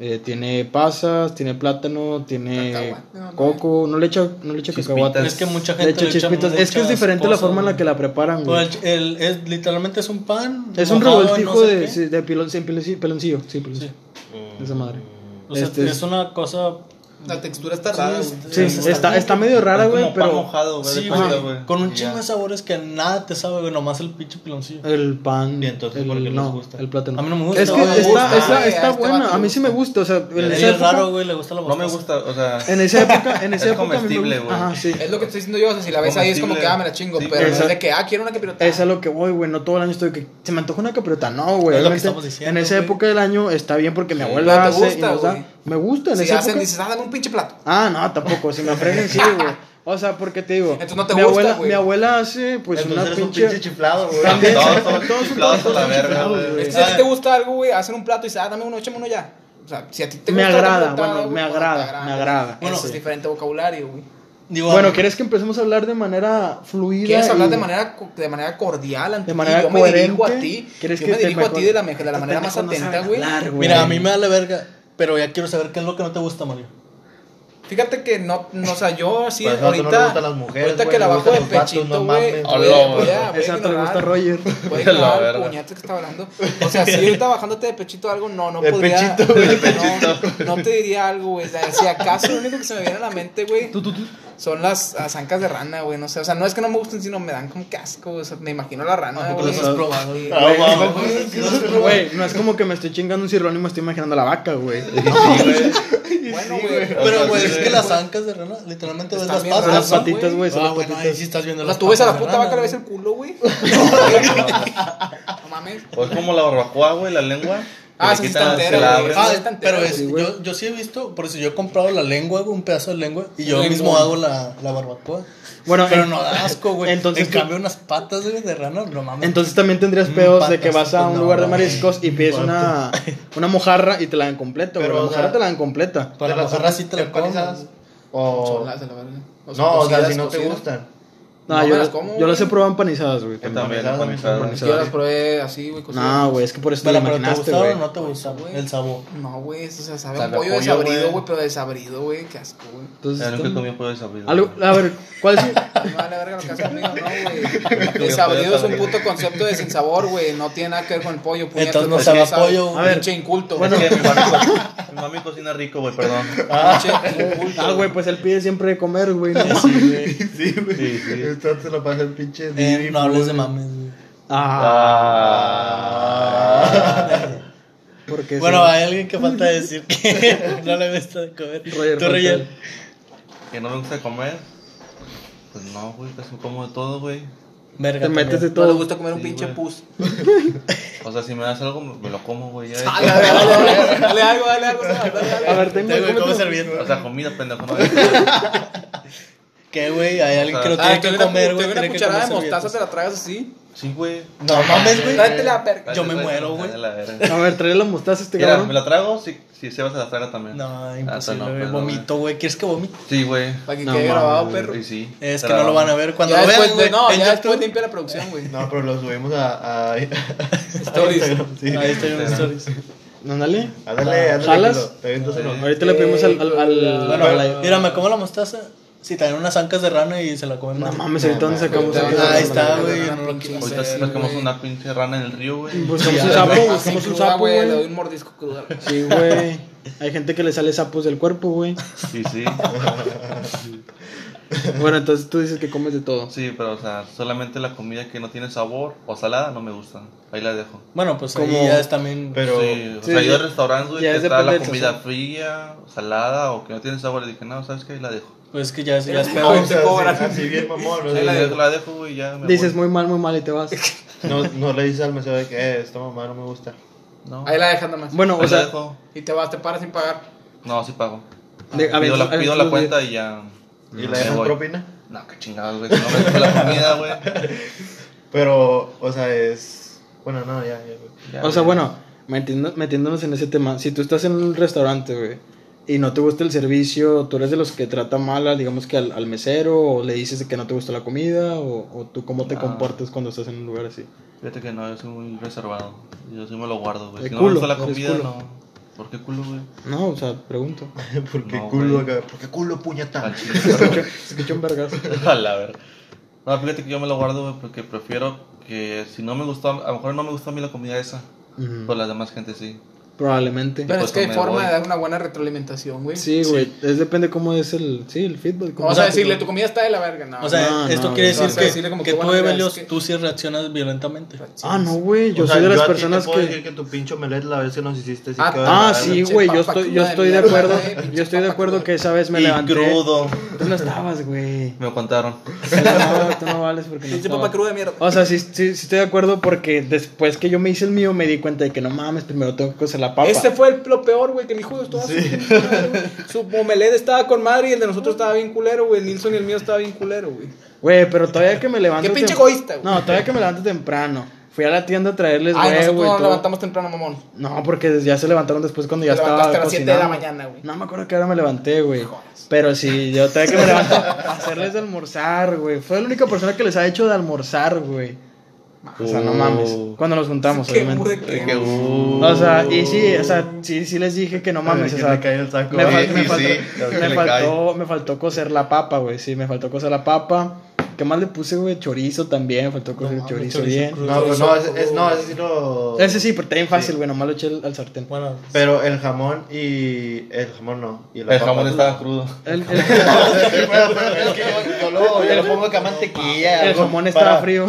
Speaker 2: eh, tiene pasas, tiene plátano, tiene
Speaker 3: Cacahuate, ¿no?
Speaker 2: coco, no le echa, no le echa
Speaker 5: Chispitas.
Speaker 2: cacahuate.
Speaker 1: Es que mucha
Speaker 2: Le
Speaker 1: gente
Speaker 2: echa
Speaker 1: le echa
Speaker 2: chispitas. Es que es
Speaker 1: muchas
Speaker 2: diferente la
Speaker 1: cosas,
Speaker 2: forma en la
Speaker 1: güey.
Speaker 2: que la preparan, güey.
Speaker 1: Pues, el- el- es, literalmente es un pan.
Speaker 2: Es un
Speaker 1: mojado en no
Speaker 2: revoltijo
Speaker 1: sé
Speaker 2: de,
Speaker 1: qué.
Speaker 2: sí, de pilon- sí, piloncillo, piloncillo, sí, piloncillo. Esa madre.
Speaker 1: O sea,
Speaker 2: este es-
Speaker 1: es una cosa.
Speaker 3: La textura está rara, güey.
Speaker 2: Sí,
Speaker 1: es-
Speaker 2: está, está medio rara,
Speaker 5: Es
Speaker 2: güey,
Speaker 5: como pan
Speaker 2: pero
Speaker 5: mojado, güey.
Speaker 1: Sí,
Speaker 5: de
Speaker 1: güey,
Speaker 5: cuenta, güey.
Speaker 1: Con un
Speaker 4: Ya.
Speaker 1: chingo de sabores que nada te sabe, güey. Nomás el pinche piloncillo.
Speaker 2: el pan,
Speaker 4: Y entonces,
Speaker 2: el,
Speaker 4: ¿por qué les
Speaker 2: no,
Speaker 4: gusta?
Speaker 2: el plátano.
Speaker 1: A mí no me gusta.
Speaker 2: Es que
Speaker 1: No me
Speaker 2: está,
Speaker 1: gusta.
Speaker 2: está-
Speaker 3: Ay, a
Speaker 2: está
Speaker 3: este
Speaker 2: buena,
Speaker 3: vato
Speaker 2: a
Speaker 3: le
Speaker 2: mí sí me gusta, o sea, en
Speaker 1: Él
Speaker 2: esa
Speaker 1: es
Speaker 2: época,
Speaker 1: raro, güey. Le gusta la
Speaker 5: No me
Speaker 1: mostaza.
Speaker 5: gusta, o sea.
Speaker 2: en esa época, en esa
Speaker 5: Es
Speaker 2: época a mí me
Speaker 5: comestible,
Speaker 2: gusta.
Speaker 5: güey.
Speaker 2: Ajá, sí.
Speaker 3: Es lo que te estoy diciendo yo, o sea, si la ves ahí es como que, ah, me la chingo,
Speaker 5: Sí,
Speaker 3: pero no
Speaker 2: esa-
Speaker 3: es de que, ah, quiero una capirotada.
Speaker 2: Es a lo que voy, güey, no todo el año estoy que se me antoja una capriota, no, güey.
Speaker 1: Es lo que
Speaker 2: obviamente,
Speaker 1: estamos diciendo,
Speaker 2: en esa
Speaker 1: güey.
Speaker 2: época del año está bien porque mi abuela
Speaker 3: pero te
Speaker 2: hace y
Speaker 3: gusta,
Speaker 2: nos da-
Speaker 3: güey.
Speaker 2: me gusta en
Speaker 3: Si
Speaker 2: esa
Speaker 3: hacen,
Speaker 2: época.
Speaker 3: dices, ah, dame un pinche plato.
Speaker 2: Ah, no, tampoco, si me ofrecen sí, güey. O sea, porque te digo.
Speaker 3: Entonces no te
Speaker 2: mi
Speaker 3: gusta,
Speaker 2: abuela,
Speaker 3: güey.
Speaker 2: mi abuela hace pues
Speaker 4: Entonces
Speaker 2: una
Speaker 4: eres
Speaker 2: pinche.
Speaker 4: un pinche chiflado, güey.
Speaker 2: También,
Speaker 5: Todos
Speaker 2: todos
Speaker 5: somos
Speaker 2: son
Speaker 5: chiflados a la verga,
Speaker 2: chiflados,
Speaker 5: güey.
Speaker 2: güey.
Speaker 3: Es que si a ti te gusta algo, güey, hacer un plato y dices, ah, dame uno, échame uno ya. O sea, si a ti te
Speaker 2: Me
Speaker 3: gusta. te
Speaker 2: agrada,
Speaker 3: gusta
Speaker 2: bueno,
Speaker 3: algo,
Speaker 2: me
Speaker 3: pues,
Speaker 2: agrada,
Speaker 3: te
Speaker 2: me agrada.
Speaker 3: Bueno,
Speaker 2: Sí.
Speaker 3: es diferente vocabulario, güey.
Speaker 1: Digo,
Speaker 2: Bueno,
Speaker 1: ah,
Speaker 2: ¿quieres que empecemos a hablar de manera fluida?
Speaker 3: ¿Quieres hablar de
Speaker 2: y-
Speaker 3: manera, co- de manera cordial ante
Speaker 2: De
Speaker 3: ti?
Speaker 2: manera
Speaker 3: Yo me dirijo a
Speaker 2: coherente.
Speaker 3: ti.
Speaker 2: ¿Quieres
Speaker 3: yo
Speaker 2: que
Speaker 3: me
Speaker 2: te
Speaker 3: dirijo a ti
Speaker 2: mejor-
Speaker 3: de la, me- de la
Speaker 2: Los
Speaker 3: manera más
Speaker 2: pendejos no saben
Speaker 3: atenta, güey.
Speaker 2: hablar,
Speaker 1: Mira, a mí me da la verga, pero ya quiero saber qué es lo que no te gusta, Mario.
Speaker 3: Fíjate que no, no, o sea, yo sí,
Speaker 4: Por eso Pues, a tú no le
Speaker 3: ahorita,
Speaker 4: gustan las mujeres,
Speaker 3: ahorita
Speaker 4: güey,
Speaker 3: que la
Speaker 4: le
Speaker 3: bajo
Speaker 4: gustan
Speaker 3: de
Speaker 4: los vatos,
Speaker 3: pechito,
Speaker 4: no
Speaker 3: güey,
Speaker 4: mames,
Speaker 3: voy
Speaker 5: güey.
Speaker 3: a-
Speaker 5: Hablo,
Speaker 3: voy a-
Speaker 5: güey.
Speaker 3: voy a
Speaker 2: Esa te le
Speaker 3: ignorar-
Speaker 2: gusta Roger.
Speaker 3: Voy a
Speaker 5: A la
Speaker 3: ignorar el
Speaker 5: verga.
Speaker 3: puñete que está hablando. O sea, si ahorita bajándote de pechito algo, no, no
Speaker 4: De
Speaker 3: podría.
Speaker 4: pechito, güey, de
Speaker 3: No, no te diría algo, güey. O sea, Si acaso lo único que se me viene a la mente, güey, son las las zancas de rana, güey. No sé, o sea, no es que no me gusten, sino me dan como casco. O sea, me imagino la rana,
Speaker 1: Ah,
Speaker 3: güey.
Speaker 1: pues, has probado, güey.
Speaker 4: Ah, vamos.
Speaker 2: Güey, no es como que me estoy chingando un cirrón y me estoy imaginando la vaca, güey.
Speaker 3: Bueno, güey.
Speaker 1: Pero, güey,
Speaker 5: sí,
Speaker 1: es
Speaker 5: güey.
Speaker 1: que las ancas de rana, literalmente ves
Speaker 3: Están
Speaker 1: las
Speaker 3: bien
Speaker 1: patas.
Speaker 2: Las
Speaker 3: raras,
Speaker 1: ¿no?
Speaker 2: patitas, güey, son
Speaker 1: Ah,
Speaker 2: las
Speaker 1: bueno, ahí
Speaker 2: patitas.
Speaker 1: sí estás viendo
Speaker 3: O
Speaker 1: las
Speaker 3: sea, tú ves a la
Speaker 1: patas de
Speaker 3: puta
Speaker 1: rana,
Speaker 3: vaca, le ves el
Speaker 1: güey.
Speaker 3: culo, güey. No mames.
Speaker 5: O es como la barbacoa, güey, la lengua. que
Speaker 3: Ah,
Speaker 5: le
Speaker 3: sí,
Speaker 5: quitan
Speaker 3: está
Speaker 5: la-
Speaker 3: entera,
Speaker 5: se la
Speaker 3: güey.
Speaker 5: abren.
Speaker 1: Ah,
Speaker 3: Sí, está entero,
Speaker 1: pero es,
Speaker 2: sí, güey.
Speaker 1: yo, yo sí he visto, por eso yo he comprado la lengua, güey, un pedazo de lengua, y yo
Speaker 3: Lengua.
Speaker 1: mismo hago la, la barbacoa.
Speaker 2: Bueno,
Speaker 1: pero
Speaker 2: en-
Speaker 1: no da asco, güey.
Speaker 2: entonces
Speaker 1: en
Speaker 2: tú-
Speaker 1: cambio, unas patas güey, de rana, no mames.
Speaker 2: Entonces también tendrías
Speaker 1: Mm,
Speaker 2: pedos de
Speaker 1: patas,
Speaker 2: que vas a un
Speaker 1: no,
Speaker 2: lugar de
Speaker 1: no,
Speaker 2: mariscos y pides una, una mojarra y te la dan completa, güey.
Speaker 4: Pero,
Speaker 2: La
Speaker 4: o
Speaker 2: mojarra
Speaker 4: sea,
Speaker 2: te la dan completa.
Speaker 1: para
Speaker 4: las
Speaker 1: mojarra sí te la comes.
Speaker 4: empanizadas.
Speaker 1: güey.
Speaker 4: O.
Speaker 3: Solas, a la verga.
Speaker 4: No, o sea,
Speaker 3: cocidas,
Speaker 4: si no te
Speaker 3: cocidas.
Speaker 4: gustan.
Speaker 2: No,
Speaker 3: no me
Speaker 2: yo,
Speaker 3: las como,
Speaker 2: yo las he
Speaker 3: güey.
Speaker 2: probado empanizadas, güey.
Speaker 5: Yo
Speaker 2: también.
Speaker 5: también,
Speaker 4: Empanizada,
Speaker 5: empanizada.
Speaker 4: empanizada.
Speaker 3: Yo las probé así, güey,
Speaker 2: No, güey, es que por eso te
Speaker 1: Pero,
Speaker 2: lo
Speaker 1: pero ¿te
Speaker 2: imaginaste,
Speaker 1: gustaba
Speaker 2: güey.
Speaker 1: o no te gustaba el sabor?
Speaker 3: No, güey, o sea, sabe a
Speaker 5: Sabe a
Speaker 3: pollo
Speaker 5: pollo,
Speaker 3: desabrido,
Speaker 5: güey.
Speaker 3: güey, pero desabrido, güey, qué asco, güey.
Speaker 5: Ya
Speaker 2: Entonces,
Speaker 5: nunca he
Speaker 2: esto-
Speaker 5: comido pollo desabrido.
Speaker 2: algo- a ver, ¿cuál es?
Speaker 3: A mí me vale verga lo que hagas conmigo, no, güey. Desabrido es un puto concepto de sin sabor, güey, no tiene nada que ver con el pollo, puñetas.
Speaker 1: Entonces no
Speaker 3: güey,
Speaker 1: sabe a
Speaker 3: sabe-
Speaker 1: pollo,
Speaker 2: güey.
Speaker 3: Pinche inculto,
Speaker 5: Es
Speaker 3: güey.
Speaker 5: que mi mami, co- mi mami cocina rico, güey, perdón.
Speaker 3: Pinche inculto.
Speaker 2: Ah, güey, pues él pide siempre de comer, güey. no mames.
Speaker 1: Sí, güey.
Speaker 4: Sí, güey.
Speaker 5: Sí, sí.
Speaker 4: Entonces lo pasa el pinche.
Speaker 1: Eh,
Speaker 4: Didi,
Speaker 1: no hables
Speaker 4: güey.
Speaker 1: de mames, güey.
Speaker 2: Ah,
Speaker 5: Ah,
Speaker 2: porque
Speaker 1: Bueno,
Speaker 2: sí.
Speaker 1: hay alguien que falta decir que no le gusta de comer.
Speaker 2: Roger,
Speaker 1: Tú,
Speaker 2: falta-
Speaker 1: Roger.
Speaker 5: Que no me gusta comer. Pues no, güey, casi como de todo, güey.
Speaker 1: Verga.
Speaker 2: te metes de
Speaker 1: también.
Speaker 3: No le
Speaker 2: todo.
Speaker 3: gusta comer un
Speaker 5: Sí,
Speaker 3: pinche
Speaker 5: güey.
Speaker 3: pus.
Speaker 5: O sea, si me das algo, me me lo como, güey. ya.
Speaker 3: Dale, dale, dale, dale, dale algo, dale algo, dale, dale, dale.
Speaker 2: A ver, tengo
Speaker 1: Te, güey,
Speaker 2: cómete-
Speaker 1: ¿Cómo sirviendo?
Speaker 5: O sea, comida, pendejo. No,
Speaker 1: ¿Qué, güey? Hay alguien que lo
Speaker 5: Ah,
Speaker 1: tiene
Speaker 3: Ah,
Speaker 1: que
Speaker 3: te
Speaker 1: comer,
Speaker 3: doy
Speaker 1: güey.
Speaker 3: una- te doy
Speaker 1: tiene
Speaker 3: una
Speaker 1: que
Speaker 3: cucharada de
Speaker 1: comer
Speaker 3: mostaza, te
Speaker 1: servilletas.
Speaker 3: la tragas así.
Speaker 5: sí, güey.
Speaker 1: No mames, güey.
Speaker 3: Dátela la verga.
Speaker 1: Yo me muero, güey.
Speaker 5: Dale la verga.
Speaker 2: A ver, trae las mostazas este
Speaker 5: Mira, me
Speaker 2: cabrón.
Speaker 5: la trago si, si Sebas se la traga también.
Speaker 1: No,
Speaker 5: Ah, está,
Speaker 1: imposible,
Speaker 5: no,
Speaker 1: güey.
Speaker 5: pues no,
Speaker 1: Vomito, güey. ¿Quieres que vomite?
Speaker 5: Sí, güey.
Speaker 3: Para que
Speaker 2: No
Speaker 3: quede grabado, perro.
Speaker 5: Y sí.
Speaker 1: Es que
Speaker 5: Pero-
Speaker 1: no lo van a ver cuando
Speaker 3: Ya
Speaker 1: lo
Speaker 3: después,
Speaker 1: vean, güey.
Speaker 3: güey, no,
Speaker 1: en
Speaker 3: ya
Speaker 1: YouTube.
Speaker 3: después limpia la producción, güey.
Speaker 4: No, pero lo subimos a. a, a
Speaker 3: Stories.
Speaker 4: Instagram, sí.
Speaker 1: Ahí está en
Speaker 5: Instagram.
Speaker 1: stories.
Speaker 2: Ándale.
Speaker 4: Ándale, ándale.
Speaker 2: ¿Jalas?
Speaker 4: que lo- te avientas uno.
Speaker 2: Ahorita le pedimos al. al, al-
Speaker 1: Bueno,
Speaker 2: al-
Speaker 1: mira, me como la mostaza. Si traen unas ancas de rana y se la comen
Speaker 2: No
Speaker 1: más.
Speaker 2: mames, ahorita dónde sacamos
Speaker 1: Ahí
Speaker 2: esa-
Speaker 1: está,
Speaker 3: Una
Speaker 1: güey, yo no lo
Speaker 3: pinche
Speaker 1: quiero.
Speaker 5: Ahorita sí
Speaker 3: serie,
Speaker 5: pescamos
Speaker 3: güey.
Speaker 5: una pinche rana en el río, güey.
Speaker 2: Buscamos un
Speaker 1: Sí,
Speaker 2: sapo,
Speaker 1: güey.
Speaker 3: Así
Speaker 2: buscamos un
Speaker 3: cruda,
Speaker 2: sapo,
Speaker 3: güey. Le doy
Speaker 2: güey.
Speaker 3: un mordisco crudo.
Speaker 2: Sí, güey. Hay gente que le sale sapos del cuerpo, güey.
Speaker 5: Sí, sí.
Speaker 2: Bueno, entonces tú dices que comes de todo.
Speaker 5: Sí, pero o sea, solamente la comida que no tiene sabor o salada no me gusta. Ahí la dejo.
Speaker 1: Bueno, pues
Speaker 2: Como-
Speaker 1: ahí ya es también.
Speaker 4: Pero.
Speaker 5: sí, o
Speaker 2: sí,
Speaker 5: sea, yo
Speaker 2: ya-
Speaker 5: al restaurante, güey,
Speaker 2: ya
Speaker 5: que
Speaker 2: es
Speaker 5: está
Speaker 2: depende
Speaker 5: la
Speaker 2: del
Speaker 5: comida
Speaker 2: sazón.
Speaker 5: fría, salada o que no tiene sabor, le dije, no, ¿sabes qué? Ahí la dejo.
Speaker 1: Pues que ya, ya es
Speaker 4: No,
Speaker 1: peor.
Speaker 4: o sea,
Speaker 3: Se cobran.
Speaker 4: así- así bien, mamón. o
Speaker 5: Ahí la
Speaker 4: sea,
Speaker 5: dejo, la dejo, güey, ya me
Speaker 2: Dices
Speaker 5: voy.
Speaker 2: muy mal, muy mal y te vas.
Speaker 4: No, no le dices al mesero de que eh, esta mamá no me gusta.
Speaker 5: No,
Speaker 3: Ahí la dejan nomás.
Speaker 2: Bueno,
Speaker 5: Ahí
Speaker 2: o
Speaker 5: la
Speaker 2: sea,
Speaker 5: dejo.
Speaker 3: Y te vas, te paras sin pagar.
Speaker 5: No, sí pago.
Speaker 2: de- a
Speaker 5: pido
Speaker 2: ver,
Speaker 5: la,
Speaker 2: a ver,
Speaker 5: pido
Speaker 2: tú
Speaker 5: la
Speaker 2: di-
Speaker 5: cuenta y ya.
Speaker 2: Mm,
Speaker 4: Y
Speaker 5: me
Speaker 4: le dejas
Speaker 5: voy.
Speaker 4: propina.
Speaker 5: No, qué chingados, güey, que no me gusta la comida, güey.
Speaker 4: Pero, o sea, es. Bueno, no, ya, ya, güey.
Speaker 5: Ya,
Speaker 2: O sea,
Speaker 5: güey.
Speaker 2: bueno, metiendo- metiéndonos en ese tema, si tú estás en un restaurante, güey, y no te gusta el servicio, tú eres de los que trata mal, a, digamos que al, al mesero, o le dices que no te gusta la comida, o, o tú cómo te
Speaker 5: No.
Speaker 2: comportas cuando estás en un lugar así.
Speaker 5: Fíjate que no, yo soy muy reservado. Yo sí me lo guardo, güey.
Speaker 2: De
Speaker 5: Si no me
Speaker 2: culo,
Speaker 5: gusta la
Speaker 2: eres
Speaker 5: comida,
Speaker 2: culo.
Speaker 5: no. ¿Por qué culo, güey?
Speaker 2: No, o sea, pregunto.
Speaker 4: ¿Por qué
Speaker 5: No,
Speaker 4: culo
Speaker 5: güey.
Speaker 4: acá? ¿Por qué culo puñeta?
Speaker 2: Ah,
Speaker 5: Al chile, perro.
Speaker 2: Escuché un vergazo.
Speaker 5: A la verga. No, fíjate que yo me lo guardo, güey, porque prefiero que si no me gustó, a lo mejor no me gustó a mí la comida esa,
Speaker 2: Ujú.
Speaker 5: pero Pues las demás gente sí.
Speaker 2: Probablemente.
Speaker 3: Pero
Speaker 5: pues,
Speaker 3: es que hay
Speaker 5: me
Speaker 3: forma
Speaker 5: voy.
Speaker 3: de dar una buena retroalimentación, güey.
Speaker 2: Sí, güey, es depende cómo es el, sí, el feedback. cómo
Speaker 3: O sea,
Speaker 2: te-
Speaker 3: decirle, tu comida está de la verga, no.
Speaker 1: O sea,
Speaker 2: No,
Speaker 1: esto
Speaker 2: no,
Speaker 1: quiere
Speaker 2: güey.
Speaker 1: decir
Speaker 3: O sea, decirle
Speaker 1: que,
Speaker 3: como
Speaker 1: que
Speaker 3: que,
Speaker 1: tú,
Speaker 3: bueno, mira,
Speaker 1: Evelios,
Speaker 3: es que-
Speaker 1: tú sí reaccionas violentamente.
Speaker 2: Ah, no, güey, yo
Speaker 4: O sea,
Speaker 2: soy de las
Speaker 4: a ti
Speaker 2: personas
Speaker 4: te puedo
Speaker 2: que...
Speaker 4: decir que tu pinche omelette la vez que nos hiciste sí
Speaker 3: Ah,
Speaker 4: quedó de la
Speaker 2: Ah,
Speaker 4: verga.
Speaker 2: sí,
Speaker 3: Pinche
Speaker 2: güey, yo
Speaker 3: papa
Speaker 2: estoy,
Speaker 3: cruda
Speaker 2: yo
Speaker 3: de
Speaker 2: estoy de
Speaker 3: mierda,
Speaker 2: acuerdo.
Speaker 3: güey, pinche
Speaker 2: Yo estoy de
Speaker 3: papa
Speaker 2: acuerdo
Speaker 3: cruda.
Speaker 2: que esa vez me
Speaker 5: y
Speaker 2: levanté.
Speaker 5: crudo.
Speaker 2: Tú no estabas, güey.
Speaker 5: Me contaron.
Speaker 2: No, tú no vales porque no
Speaker 3: Pinche
Speaker 2: estabas.
Speaker 3: papa cruda de mierda.
Speaker 2: O sea, sí, sí, sí estoy de acuerdo porque después que yo me hice el mío me di cuenta de que no mames, primero tengo que cocer la papa.
Speaker 3: Este fue el, lo peor, güey, que el hijo de todas
Speaker 4: Sí.
Speaker 3: sus- güey. Su omelette estaba con madre y el de nosotros estaba bien culero, güey. El Nilsson y el mío estaba bien culero, güey.
Speaker 2: Güey, pero todavía que me levanto.
Speaker 3: Qué pinche
Speaker 2: tem-
Speaker 3: egoísta, güey.
Speaker 2: No, todavía que me levanto temprano. Fui a la tienda a traerles
Speaker 3: Ay,
Speaker 2: huevo
Speaker 3: nosotros
Speaker 2: y
Speaker 3: nos
Speaker 2: todo.
Speaker 3: levantamos temprano, mamón.
Speaker 2: No, porque ya se levantaron después cuando ya
Speaker 3: Te
Speaker 2: estaba.
Speaker 3: levantaste a las 7 de la
Speaker 2: cocinando.
Speaker 3: mañana, güey.
Speaker 2: No me acuerdo que ahora me levanté, güey. Pero sí, yo todavía que me levanto a hacerles de almorzar, güey. Fue la única persona que les ha hecho de almorzar, güey. O sea, no mames.
Speaker 5: Oh.
Speaker 2: Cuando nos juntamos,
Speaker 3: Qué
Speaker 2: obviamente.
Speaker 3: burro,
Speaker 5: De que, uh,
Speaker 2: O sea, y sí, o sea, sí, sí les dije que no mames, o sea,
Speaker 4: el saco.
Speaker 2: me, fal-
Speaker 5: Sí,
Speaker 2: me
Speaker 5: sí,
Speaker 2: faltó,
Speaker 5: sí, claro que
Speaker 2: me
Speaker 5: le
Speaker 2: faltó, me faltó cocer la papa, güey. Sí, me faltó cocer la papa. ¿Qué más le puse, güey? Chorizo también, me faltó cocer
Speaker 1: mames,
Speaker 2: chorizo,
Speaker 1: chorizo
Speaker 2: bien.
Speaker 1: crudo.
Speaker 4: No, pues no, es, es- no, ese sí lo.
Speaker 2: Ese sí, pero está bien fácil,
Speaker 4: Sí.
Speaker 2: güey. Nomás lo eché al, al sartén.
Speaker 1: Bueno,
Speaker 4: Pero el jamón y. El jamón no. Y la
Speaker 5: El
Speaker 4: papa.
Speaker 5: jamón estaba crudo.
Speaker 2: El, el-
Speaker 4: Sí, pero- pero es que yo, yo lo, yo lo pongo acá mantequilla.
Speaker 2: el
Speaker 4: algo
Speaker 2: jamón estaba
Speaker 4: para-
Speaker 2: frío.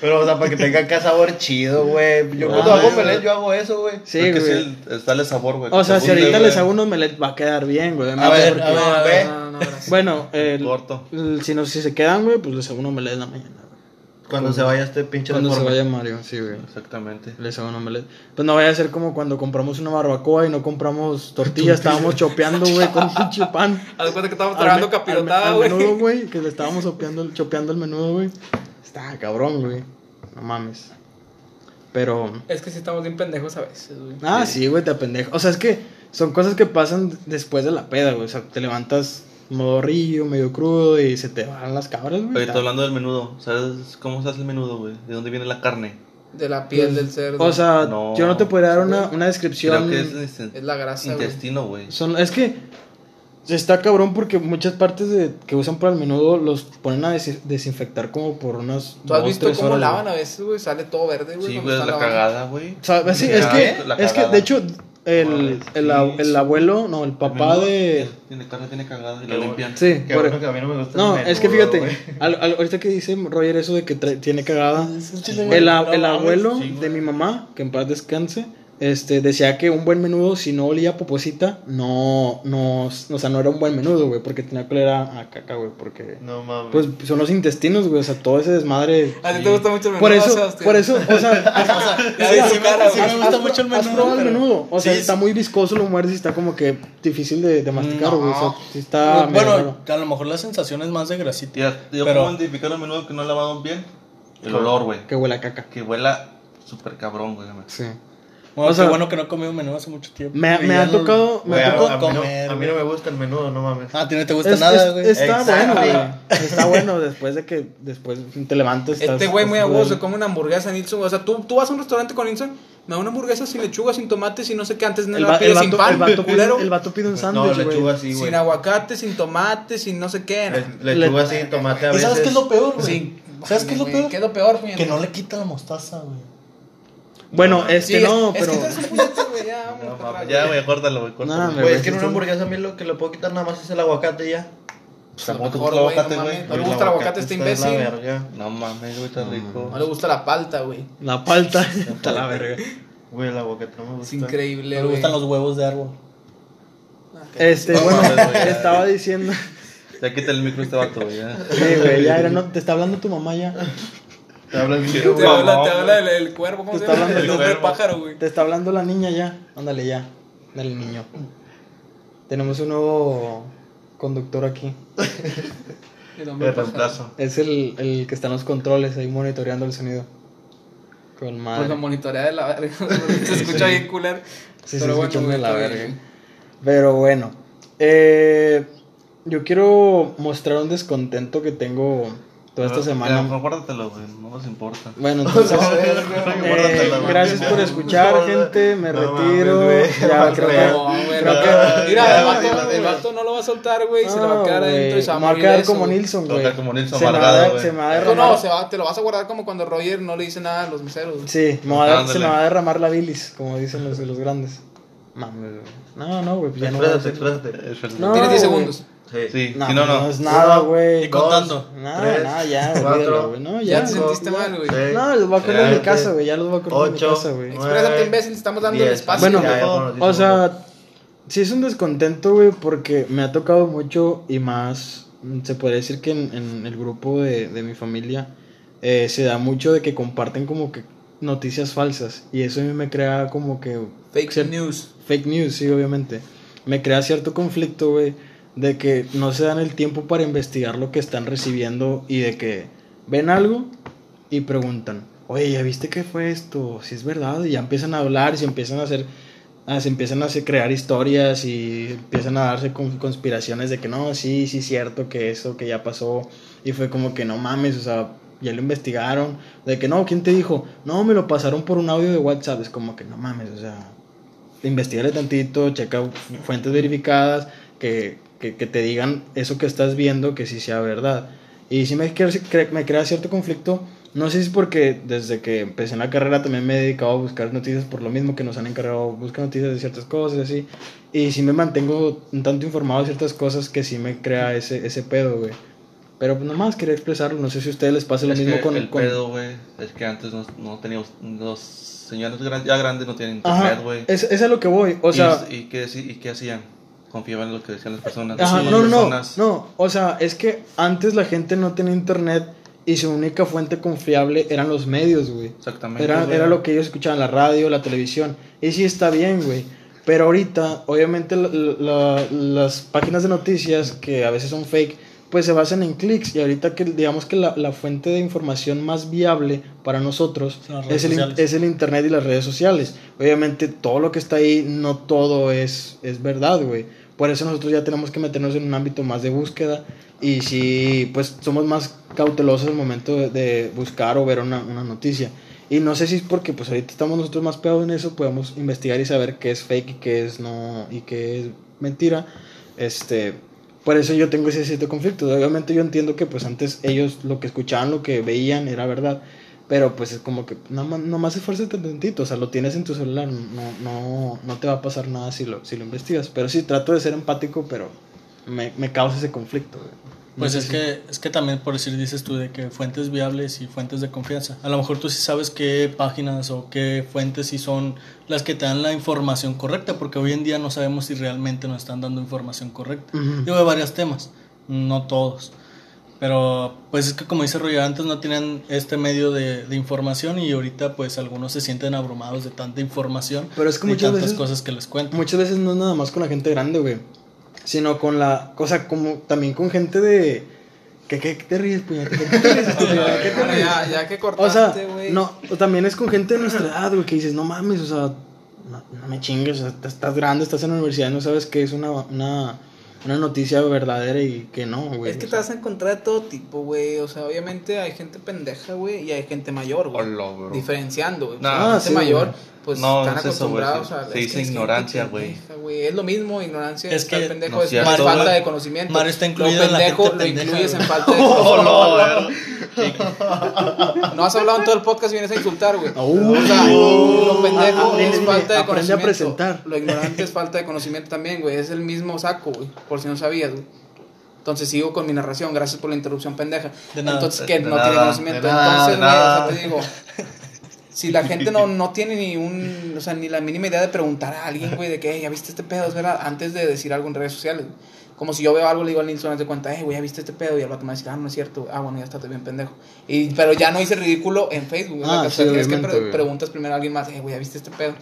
Speaker 4: Pero, o sea, para que tenga acá sabor chido, güey. Yo
Speaker 2: No,
Speaker 4: cuando hago
Speaker 5: güey.
Speaker 4: pelés, yo hago eso, güey.
Speaker 2: Sí,
Speaker 5: Es que
Speaker 2: güey.
Speaker 5: el- sale sabor, güey.
Speaker 2: O sea,
Speaker 5: Que
Speaker 2: si
Speaker 5: te
Speaker 2: ahorita
Speaker 5: funde,
Speaker 2: les hago
Speaker 5: güey.
Speaker 2: un omelette, va a quedar bien, güey.
Speaker 4: A
Speaker 2: obviamente,
Speaker 4: ver,
Speaker 2: porque-
Speaker 4: a ver,
Speaker 3: No,
Speaker 4: ve.
Speaker 3: no, no, no, gracias.
Speaker 2: Bueno, el-
Speaker 5: Corto.
Speaker 2: el- si, no, si se quedan, güey, pues les hago un omelette en la mañana. güey.
Speaker 4: Cuando se vaya este pinche
Speaker 2: Cuando se
Speaker 4: reforma.
Speaker 2: vaya Mario, sí, güey.
Speaker 5: Exactamente.
Speaker 2: Les hago un omelette. Pues no vaya a ser como cuando compramos una barbacoa y no compramos tortillas. Estábamos chopeando, güey, con pinche pan.
Speaker 3: Haz de cuenta que estábamos
Speaker 2: Al me-
Speaker 3: trabajando capirotada,
Speaker 2: al me- al menudo,
Speaker 3: güey.
Speaker 2: güey. Que le estábamos sopeando el- chopeando el menudo, güey. Está cabrón, güey. No mames. Pero.
Speaker 3: Es que sí estamos bien pendejos a veces, güey.
Speaker 2: Ah, sí, güey, te apendejo. O sea, es que son cosas que pasan después de la peda, güey. O sea, te levantas morrillo, medio crudo y se te van las cabras, güey.
Speaker 5: Oye, está hablando del menudo. ¿Sabes cómo se hace el menudo, güey? ¿De dónde viene la carne?
Speaker 3: De la piel del cerdo.
Speaker 2: Pues, O sea,
Speaker 5: No.
Speaker 2: yo no te podría dar una, una
Speaker 5: Creo
Speaker 2: descripción.
Speaker 5: que es, este-
Speaker 3: es la grasa, güey.
Speaker 5: intestino, güey.
Speaker 2: Son, es que está cabrón porque muchas partes de, que usan para el menudo los ponen a des- desinfectar como por unas.
Speaker 3: ¿Tú has
Speaker 2: dos,
Speaker 3: visto
Speaker 2: tres
Speaker 3: cómo
Speaker 2: horas,
Speaker 3: lavan
Speaker 2: güey.
Speaker 3: a veces, güey? Sale todo verde, güey.
Speaker 5: Sí,
Speaker 3: cuando
Speaker 5: güey, es
Speaker 3: están
Speaker 5: la
Speaker 3: lavando.
Speaker 5: cagada, güey.
Speaker 2: O sea, pues sí, es
Speaker 5: La-
Speaker 2: que,
Speaker 5: la
Speaker 2: es que
Speaker 5: cagada.
Speaker 2: de hecho, el, el, ab- el abuelo, no, el papá
Speaker 5: menudo
Speaker 2: de.
Speaker 5: tiene- Tiene carne, tiene cagada y la
Speaker 4: Qué
Speaker 5: limpian.
Speaker 2: Sí,
Speaker 4: Qué
Speaker 2: por-
Speaker 4: bueno que a mí no me gusta el
Speaker 2: No, es que
Speaker 4: menudo,
Speaker 2: fíjate,
Speaker 4: güey.
Speaker 2: al- al- ahorita que dice Roger eso de que tra- tiene cagada,
Speaker 1: chile, güey.
Speaker 2: el, a-
Speaker 1: No
Speaker 2: el
Speaker 1: mames,
Speaker 2: abuelo
Speaker 5: sí, güey.
Speaker 2: de mi mamá, que en paz descanse, este, decía que un buen menudo, si no olía a poposita, no, no, o sea, no era un buen menudo, güey, porque tenía que oler a, a caca, güey, porque,
Speaker 4: No mames.
Speaker 2: pues, son los intestinos, güey, o sea, todo ese desmadre.
Speaker 3: A ti te gusta mucho el
Speaker 2: Por
Speaker 3: menudo,
Speaker 2: eso,
Speaker 3: Sebastián.
Speaker 2: por eso, o sea,
Speaker 3: Ya vi su cara,
Speaker 1: sí,
Speaker 3: güey.
Speaker 1: me gusta mucho el
Speaker 2: has probado
Speaker 1: menudo.
Speaker 2: el
Speaker 1: pero-
Speaker 2: menudo, o sea,
Speaker 1: Sí,
Speaker 2: está
Speaker 1: sí.
Speaker 2: muy viscoso, lo muerdes y está como que difícil de, de masticar, güey, o sea, sí está... ah, medio raro.
Speaker 1: Bueno, a lo mejor la sensación es más de grasita.
Speaker 5: Tía, yo
Speaker 1: Pero-
Speaker 5: como identificar el menudo que no lavaron bien. El olor, güey.
Speaker 2: que huele a caca.
Speaker 5: Que huela súper cabrón, güey. además.
Speaker 2: Sí.
Speaker 1: Bueno,
Speaker 2: O sea-
Speaker 1: qué bueno que no he comido menudo hace mucho tiempo.
Speaker 2: Me,
Speaker 1: Y
Speaker 2: me
Speaker 1: ya
Speaker 2: ha
Speaker 1: no-
Speaker 2: tocado. Me
Speaker 4: Güey,
Speaker 2: ha
Speaker 4: a,
Speaker 2: tocado.
Speaker 4: a mí no,
Speaker 1: comer,
Speaker 4: a mí no me gusta Eh, el menudo, no mames.
Speaker 1: Ah, a ti no te gusta
Speaker 2: Es-
Speaker 1: nada,
Speaker 2: es-
Speaker 1: güey.
Speaker 2: está
Speaker 4: Exacto.
Speaker 2: bueno, güey. Está bueno después de que después te levantes.
Speaker 3: Este
Speaker 2: estás-
Speaker 3: güey muy
Speaker 2: estás
Speaker 3: agudo se
Speaker 2: bien.
Speaker 3: come una hamburguesa Nilsson. O sea, tú, tú vas a un restaurante con Nilsson, me da una hamburguesa sin lechuga, sin tomate, sin no sé qué. Antes no
Speaker 2: El,
Speaker 3: la
Speaker 2: va- el
Speaker 3: pides sin
Speaker 2: vato,
Speaker 3: pan,
Speaker 2: el, vato pide,
Speaker 3: culero.
Speaker 2: el vato pide un
Speaker 4: no,
Speaker 2: sándwich, güey.
Speaker 4: lechuga así, güey.
Speaker 3: sin aguacate, sin tomate, sin no sé qué.
Speaker 4: Le-
Speaker 3: ¿no?
Speaker 4: Lechuga así, tomate a
Speaker 1: ¿Y
Speaker 4: veces.
Speaker 1: sabes qué es lo peor, güey?
Speaker 3: Sí.
Speaker 1: ¿Sabes qué es lo
Speaker 3: Güey,
Speaker 1: peor?
Speaker 3: ¿Qué es lo peor, puñeta?
Speaker 1: Que no le quita la mostaza, güey.
Speaker 2: Bueno, este
Speaker 3: Sí, es-
Speaker 2: no,
Speaker 3: es
Speaker 2: pero.
Speaker 3: que tú eres un puñete, güey, ya, vámonos
Speaker 4: No,
Speaker 3: para
Speaker 4: mames,
Speaker 3: atrás,
Speaker 5: Ya,
Speaker 3: güey.
Speaker 5: güey, córtalo, güey. Córtalo.
Speaker 2: No,
Speaker 5: güey.
Speaker 2: me-
Speaker 4: Güey, es que en una hamburguesa a mí lo que le puedo quitar nada más es el aguacate ya.
Speaker 5: Pues
Speaker 3: A lo
Speaker 5: Tampoco
Speaker 3: mejor,
Speaker 5: te
Speaker 3: güey, no
Speaker 5: aguacate,
Speaker 3: mames.
Speaker 5: güey.
Speaker 3: No le gusta el aguacate a este
Speaker 4: está de la
Speaker 3: imbécil.
Speaker 4: verga.
Speaker 5: No mames, güey, está rico.
Speaker 3: No le gusta la palta, güey.
Speaker 2: La palta. Está la verga.
Speaker 4: Güey, el aguacate no me gusta.
Speaker 3: Es increíble,
Speaker 1: Le
Speaker 3: güey.
Speaker 1: gustan los huevos de árbol.
Speaker 2: Este,
Speaker 5: No
Speaker 2: bueno,
Speaker 5: mames, güey, ya.
Speaker 2: estaba diciendo.
Speaker 5: Ya quita el micro este vato, güey. ya.
Speaker 2: Sí, güey, ya era, no, te está hablando tu mamá ya.
Speaker 4: Te habla el
Speaker 5: Sí,
Speaker 4: mío,
Speaker 3: Te
Speaker 5: güey.
Speaker 4: güey.
Speaker 3: habla, te
Speaker 5: mamón,
Speaker 3: habla el, el cuervo, ¿cómo
Speaker 2: Te
Speaker 3: se
Speaker 2: Eh, está
Speaker 3: llama?
Speaker 2: hablando
Speaker 3: El
Speaker 2: el
Speaker 3: hombre
Speaker 5: cuervo.
Speaker 3: pájaro, güey.
Speaker 2: Te está hablando la niña ya. Ándale ya. Del niño. Tenemos un nuevo conductor aquí.
Speaker 3: El hombre
Speaker 5: El
Speaker 3: pájaro.
Speaker 5: reemplazo.
Speaker 2: Es el, el que está en los controles ahí monitoreando el sonido. Con
Speaker 3: Pues
Speaker 2: madre.
Speaker 3: lo monitorea de la verga. Se escucha bien culer.
Speaker 2: Sí,
Speaker 3: Pero
Speaker 2: se
Speaker 3: bueno,
Speaker 2: escucha muy
Speaker 3: güey,
Speaker 2: la
Speaker 3: está
Speaker 2: verga.
Speaker 3: bien.
Speaker 2: Pero bueno, eh, yo quiero mostrar un descontento que tengo toda esta
Speaker 3: Ah,
Speaker 5: Pero, eh,
Speaker 2: semana.
Speaker 5: mejor Guárdatelo, güey. No nos importa.
Speaker 2: Bueno, entonces, eh,
Speaker 5: guárdatela, güey.
Speaker 2: gracias por escuchar, gente. Me retiro. Ya, Ah, creo que-
Speaker 3: No, ah, güey,
Speaker 2: creo
Speaker 3: no.
Speaker 2: que- Ah,
Speaker 3: Mira,
Speaker 2: ya,
Speaker 3: el
Speaker 2: güey,
Speaker 3: vato, el vato no lo va a soltar, güey. se le va a
Speaker 2: No,
Speaker 3: quedar adentro y se va a
Speaker 2: Ah, güey, me va a
Speaker 3: morir
Speaker 2: quedar
Speaker 3: eso,
Speaker 2: como
Speaker 3: güey.
Speaker 2: Nilsson,
Speaker 5: Toca
Speaker 2: güey.
Speaker 5: como Nilsson
Speaker 2: Se me va a
Speaker 5: amargado,
Speaker 2: dar-
Speaker 5: güey.
Speaker 2: se me va a
Speaker 3: No,
Speaker 2: derramar.
Speaker 3: no, se va, te lo vas a guardar como cuando Roger no le dice nada a los meseros. güey.
Speaker 2: Sí, me va a dar- se me
Speaker 5: Ándale.
Speaker 2: va a derramar la bilis, como dicen los, los grandes. Mames, güey. No, no, güey, pues ya no. voy a
Speaker 4: Exprésate,
Speaker 2: decir-
Speaker 4: exprésate.
Speaker 2: No,
Speaker 3: Tienes 10
Speaker 2: güey.
Speaker 3: segundos.
Speaker 4: Sí.
Speaker 5: Sí,
Speaker 2: No,
Speaker 5: si no, no.
Speaker 2: es nada,
Speaker 4: Uno,
Speaker 2: güey.
Speaker 1: Y contando.
Speaker 2: Nada,
Speaker 4: tres,
Speaker 2: nada, ya,
Speaker 4: cuatro,
Speaker 2: olvídalo, güey. No, ya.
Speaker 3: te
Speaker 4: cinco,
Speaker 3: sentiste mal, güey.
Speaker 4: seis,
Speaker 2: No, los voy a colgar en mi
Speaker 4: siete,
Speaker 2: casa, güey. Ya los voy a colgar en mi
Speaker 4: ocho,
Speaker 2: casa, güey.
Speaker 4: nueve,
Speaker 3: Exprésate, imbécil, te estamos dando el
Speaker 4: diez.
Speaker 3: espacio.
Speaker 2: Bueno,
Speaker 4: Ya, ya, bueno, sí,
Speaker 2: o
Speaker 4: sí,
Speaker 2: sea, sí es un descontento, güey, porque me ha tocado mucho y más. mm, Se podría decir que en, en el grupo de, de mi familia eh, se da mucho de que comparten como que noticias falsas. Y eso a mí me crea como que.
Speaker 3: Fake
Speaker 2: cier-
Speaker 3: news.
Speaker 2: Fake news, sí, obviamente. Me crea cierto conflicto, güey, de que no se dan el tiempo para investigar lo que están recibiendo y de que ven algo y preguntan, oye, ¿ya viste qué fue esto? Si es verdad, y ya empiezan a hablar y se empiezan a hacer, a- se empiezan a hacer- crear historias y empiezan a darse con- conspiraciones de que no, sí, sí es cierto que eso, que ya pasó, y fue como que no mames, o sea, ya lo investigaron, de que no, ¿quién te dijo? No, me lo pasaron por un audio de WhatsApp, es como que no mames, o sea, investigale tantito, checa fu- fuentes verificadas, que, que, que te digan eso que estás viendo, que sí sea verdad. Y sí me crea, cre- me crea cierto conflicto, no sé si es porque desde que empecé en la carrera también me he dedicado a buscar noticias por lo mismo que nos han encargado, buscar noticias de ciertas cosas y así. Y sí me mantengo un tanto informado de ciertas cosas que sí me crea ese, ese pedo, güey. Pero pues, nomás quería expresarlo, no sé si a ustedes les pasa lo
Speaker 5: Es
Speaker 2: mismo
Speaker 5: que
Speaker 2: con...
Speaker 5: el
Speaker 2: con-
Speaker 5: pedo, güey, es que antes no, no teníamos, los señores gran- ya grandes no tienen
Speaker 2: Ajá,
Speaker 5: internet, güey.
Speaker 2: es, es a lo que voy, o
Speaker 5: Y-
Speaker 2: sea...
Speaker 5: ¿Y, qué, deci- y qué hacían? Confiaban en lo que decían las personas.
Speaker 2: Ajá,
Speaker 5: Las
Speaker 2: no, no, no,
Speaker 5: personas-
Speaker 2: no, o sea, es que antes la gente no tenía internet y su única fuente confiable eran los medios, güey.
Speaker 5: Exactamente.
Speaker 2: Era,
Speaker 5: güey.
Speaker 2: era lo que ellos escuchaban, la radio, la televisión. Y sí está bien, güey. Pero ahorita, obviamente, la- la- las páginas de noticias, que a veces son fake, pues se basan en clics. Y ahorita que digamos que la, la fuente de información más viable para nosotros
Speaker 1: Son las redes
Speaker 2: es el, in-
Speaker 1: sociales.
Speaker 2: es el internet y las redes sociales. Obviamente, todo lo que está ahí, no todo es, es verdad, güey. Por eso nosotros ya tenemos que meternos en un ámbito más de búsqueda. Y si, pues, somos más cautelosos al momento de, de buscar o ver una, una noticia. Y no sé si es porque pues ahorita estamos nosotros más pegados en eso, podemos investigar y saber qué es fake y qué es no y qué es mentira. Este, por eso yo tengo ese cierto conflicto. Obviamente yo entiendo que pues antes ellos lo que escuchaban, lo que veían era verdad, pero pues es como que nada más, nada más esfuérzate tantito, o sea, lo tienes en tu celular, no no no te va a pasar nada si lo si lo investigas, pero sí trato de ser empático, pero me, me causa ese conflicto. güey. No
Speaker 1: Pues
Speaker 2: sé
Speaker 1: es
Speaker 2: si-
Speaker 1: que, es que también, por decir, dices tú de que fuentes viables y fuentes de confianza. A lo mejor tú sí sabes qué páginas o qué fuentes sí son las que te dan la información correcta, porque hoy en día no sabemos si realmente nos están dando información correcta.
Speaker 2: Ujú.
Speaker 1: Digo, de varios temas, no todos. Pero pues es que como dice Roger, antes no tenían este medio de, de información y ahorita pues algunos se sienten abrumados de tanta información
Speaker 2: Pero es que
Speaker 1: y
Speaker 2: muchas
Speaker 1: tantas
Speaker 2: veces-
Speaker 1: cosas que les cuentan.
Speaker 2: muchas veces no es nada más con la gente grande, güey. Sino con la. O sea, como también con gente de. ¿Qué, qué, qué te ríes, puñal? ¿Qué te ríes, estúpido? ¿Qué te
Speaker 3: Bueno,
Speaker 2: ríes?
Speaker 3: Ah, ya, ya que
Speaker 2: O sea,
Speaker 3: cortaste, güey.
Speaker 2: no, o también es con gente de nuestra edad, güey, que dices, no mames, o sea, no, no me chingues, o sea, te- estás grande, estás en la universidad, no sabes qué es una, una, una noticia verdadera y que no, güey.
Speaker 3: Es que
Speaker 2: o
Speaker 3: te
Speaker 2: sea.
Speaker 3: vas a encontrar de todo tipo, güey. O sea, obviamente hay gente pendeja, güey, y hay gente mayor, güey.
Speaker 5: Hola, bro.
Speaker 3: Diferenciando, güey. O sea,
Speaker 5: Nah,
Speaker 3: la
Speaker 2: ah,
Speaker 3: gente
Speaker 2: sí,
Speaker 3: mayor,
Speaker 2: güey.
Speaker 3: pues
Speaker 5: No,
Speaker 3: están
Speaker 5: es eso, güey,
Speaker 3: acostumbrados
Speaker 5: se-
Speaker 3: a.
Speaker 5: se
Speaker 3: es
Speaker 5: dice
Speaker 3: que es gente
Speaker 5: ignorancia, güey.
Speaker 3: pendeja, güey. Es lo mismo, ignorancia
Speaker 1: Es
Speaker 3: es
Speaker 1: que-
Speaker 3: estar pendejo,
Speaker 5: no
Speaker 3: es,
Speaker 5: es
Speaker 3: es
Speaker 5: cierto,
Speaker 3: falta
Speaker 1: güey.
Speaker 3: de conocimiento.
Speaker 1: Mario está
Speaker 3: Lo
Speaker 1: incluido en la
Speaker 3: pendejo
Speaker 1: gente
Speaker 3: lo
Speaker 1: pendeja,
Speaker 3: incluyes en
Speaker 1: güey. Oh,
Speaker 3: falta de
Speaker 5: Hola, güey.
Speaker 3: No has hablado en todo el podcast y vienes a insultar, güey.
Speaker 2: Uy.
Speaker 3: o sea, lo
Speaker 2: Ah,
Speaker 3: pendejo
Speaker 2: dile,
Speaker 3: es
Speaker 2: dile,
Speaker 3: falta
Speaker 2: aprende
Speaker 3: de
Speaker 2: a
Speaker 3: conocimiento.
Speaker 2: presentar.
Speaker 3: Lo ignorante es falta de conocimiento también, güey. Es el mismo saco, güey. Por si no sabías, güey. Entonces sigo con mi narración. Gracias por la interrupción, pendeja.
Speaker 1: De nada.
Speaker 3: Entonces, que
Speaker 5: De
Speaker 3: no
Speaker 5: nada,
Speaker 3: tiene conocimiento.
Speaker 4: de nada,
Speaker 3: Entonces,
Speaker 5: de
Speaker 3: güey, o sea,
Speaker 5: nada.
Speaker 3: te digo. Si la gente no, no tiene ni un, o sea, ni la mínima idea de preguntar a alguien, güey, de que, "Ey, ya viste este pedo, es verdad, antes de decir algo en redes sociales. güey. Como si yo veo algo, le digo al Linson, haz de cuenta, eh, güey, ya viste este pedo, y al vato me va a decir, ah, no es cierto, güey. ah, bueno, ya está, estoy bien pendejo. Y, pero ya no hice ridículo en Facebook, güey, o sea,
Speaker 2: Ah,
Speaker 3: que, o sea,
Speaker 2: sí,
Speaker 3: tienes que
Speaker 2: obviamente,
Speaker 3: pre-
Speaker 2: güey.
Speaker 3: preguntas primero a alguien más, eh, güey, ya viste este pedo.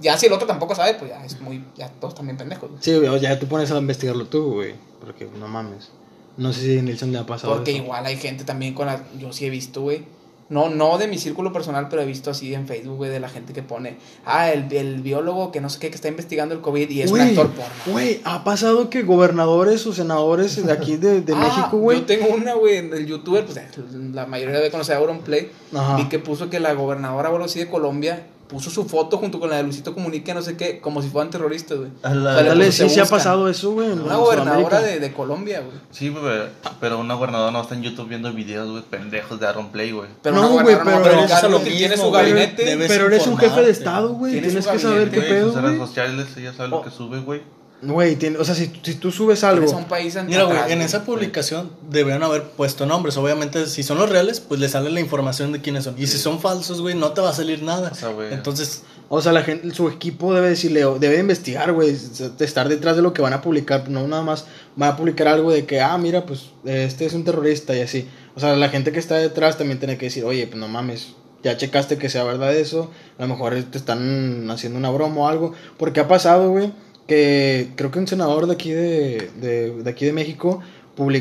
Speaker 3: Ya si el otro tampoco sabe, pues ya es muy, ya todos también pendejos, güey.
Speaker 2: Sí, güey, o sea, tú pones a investigarlo tú, güey, porque no mames. No sé si a Nilsson le ha pasado.
Speaker 3: Porque
Speaker 2: eso.
Speaker 3: igual hay gente también con la. Yo sí he visto, güey. No, no de mi círculo personal, pero he visto así en Facebook, güey, de la gente que pone. Ah, el, el biólogo que no sé qué, que está investigando el COVID y es un
Speaker 2: Güey,
Speaker 3: actor porno.
Speaker 2: Güey, ha pasado que gobernadores o senadores de aquí de, de
Speaker 3: Ah,
Speaker 2: México, güey.
Speaker 3: Yo tengo una, güey, en el youtuber, pues eh, la mayoría debe conocer a Auronplay.
Speaker 2: Ajá.
Speaker 3: Vi que puso que la gobernadora o algo así de Colombia puso su foto junto con la de Luisito Comunica, no sé qué, como si fueran terroristas, güey.
Speaker 5: A la-
Speaker 3: O sea, le
Speaker 2: Dale,
Speaker 3: puso,
Speaker 2: sí
Speaker 3: "Te
Speaker 2: se ha
Speaker 3: buscan".
Speaker 2: pasado eso, güey. en-
Speaker 3: Una
Speaker 2: en
Speaker 3: gobernadora
Speaker 2: Sudamérica.
Speaker 3: de, de Colombia, güey.
Speaker 5: Sí, güey, pero- pero una gobernadora no está en YouTube viendo videos, güey, pendejos de Aaron Play, güey.
Speaker 3: Pero
Speaker 2: No,
Speaker 3: una
Speaker 2: güey,
Speaker 3: gobernadora
Speaker 2: pero
Speaker 3: no
Speaker 2: eso
Speaker 3: va a
Speaker 2: es
Speaker 3: buscar,
Speaker 2: lo
Speaker 3: güey,
Speaker 1: mismo,
Speaker 3: tiene su
Speaker 1: güey.
Speaker 3: gabinete.
Speaker 1: Debe- Debes
Speaker 2: Pero eres un
Speaker 1: informarte,
Speaker 2: jefe de Estado, güey.
Speaker 3: Tienes
Speaker 2: Tienes,
Speaker 3: un
Speaker 2: que saber qué
Speaker 3: gabinete,
Speaker 5: Güey,
Speaker 2: pedo,
Speaker 5: sus redes
Speaker 2: güey.
Speaker 5: sociales, ella sabe lo que sube, güey.
Speaker 2: Güey, tiene- o sea, si, si tú subes algo.
Speaker 3: Eres un país en-
Speaker 1: Mira,
Speaker 3: atrás,
Speaker 1: güey, en esa publicación deberían haber puesto nombres. Obviamente, si son los reales, pues le sale la información de quiénes son. Y si son falsos, güey, no te va a salir nada.
Speaker 5: O sea, güey.
Speaker 1: Entonces,
Speaker 2: O sea, la gente, su equipo debe decirle, o debe investigar, güey, s- de estar detrás de lo que van a publicar, no nada más van a publicar algo de que, ah, mira, pues este es un terrorista y así. O sea, la gente que está detrás también tiene que decir, oye, pues no mames, ya checaste que sea verdad eso, a lo mejor te están haciendo una broma o algo, porque ha pasado, güey, que creo que un senador de aquí de, de, de aquí de México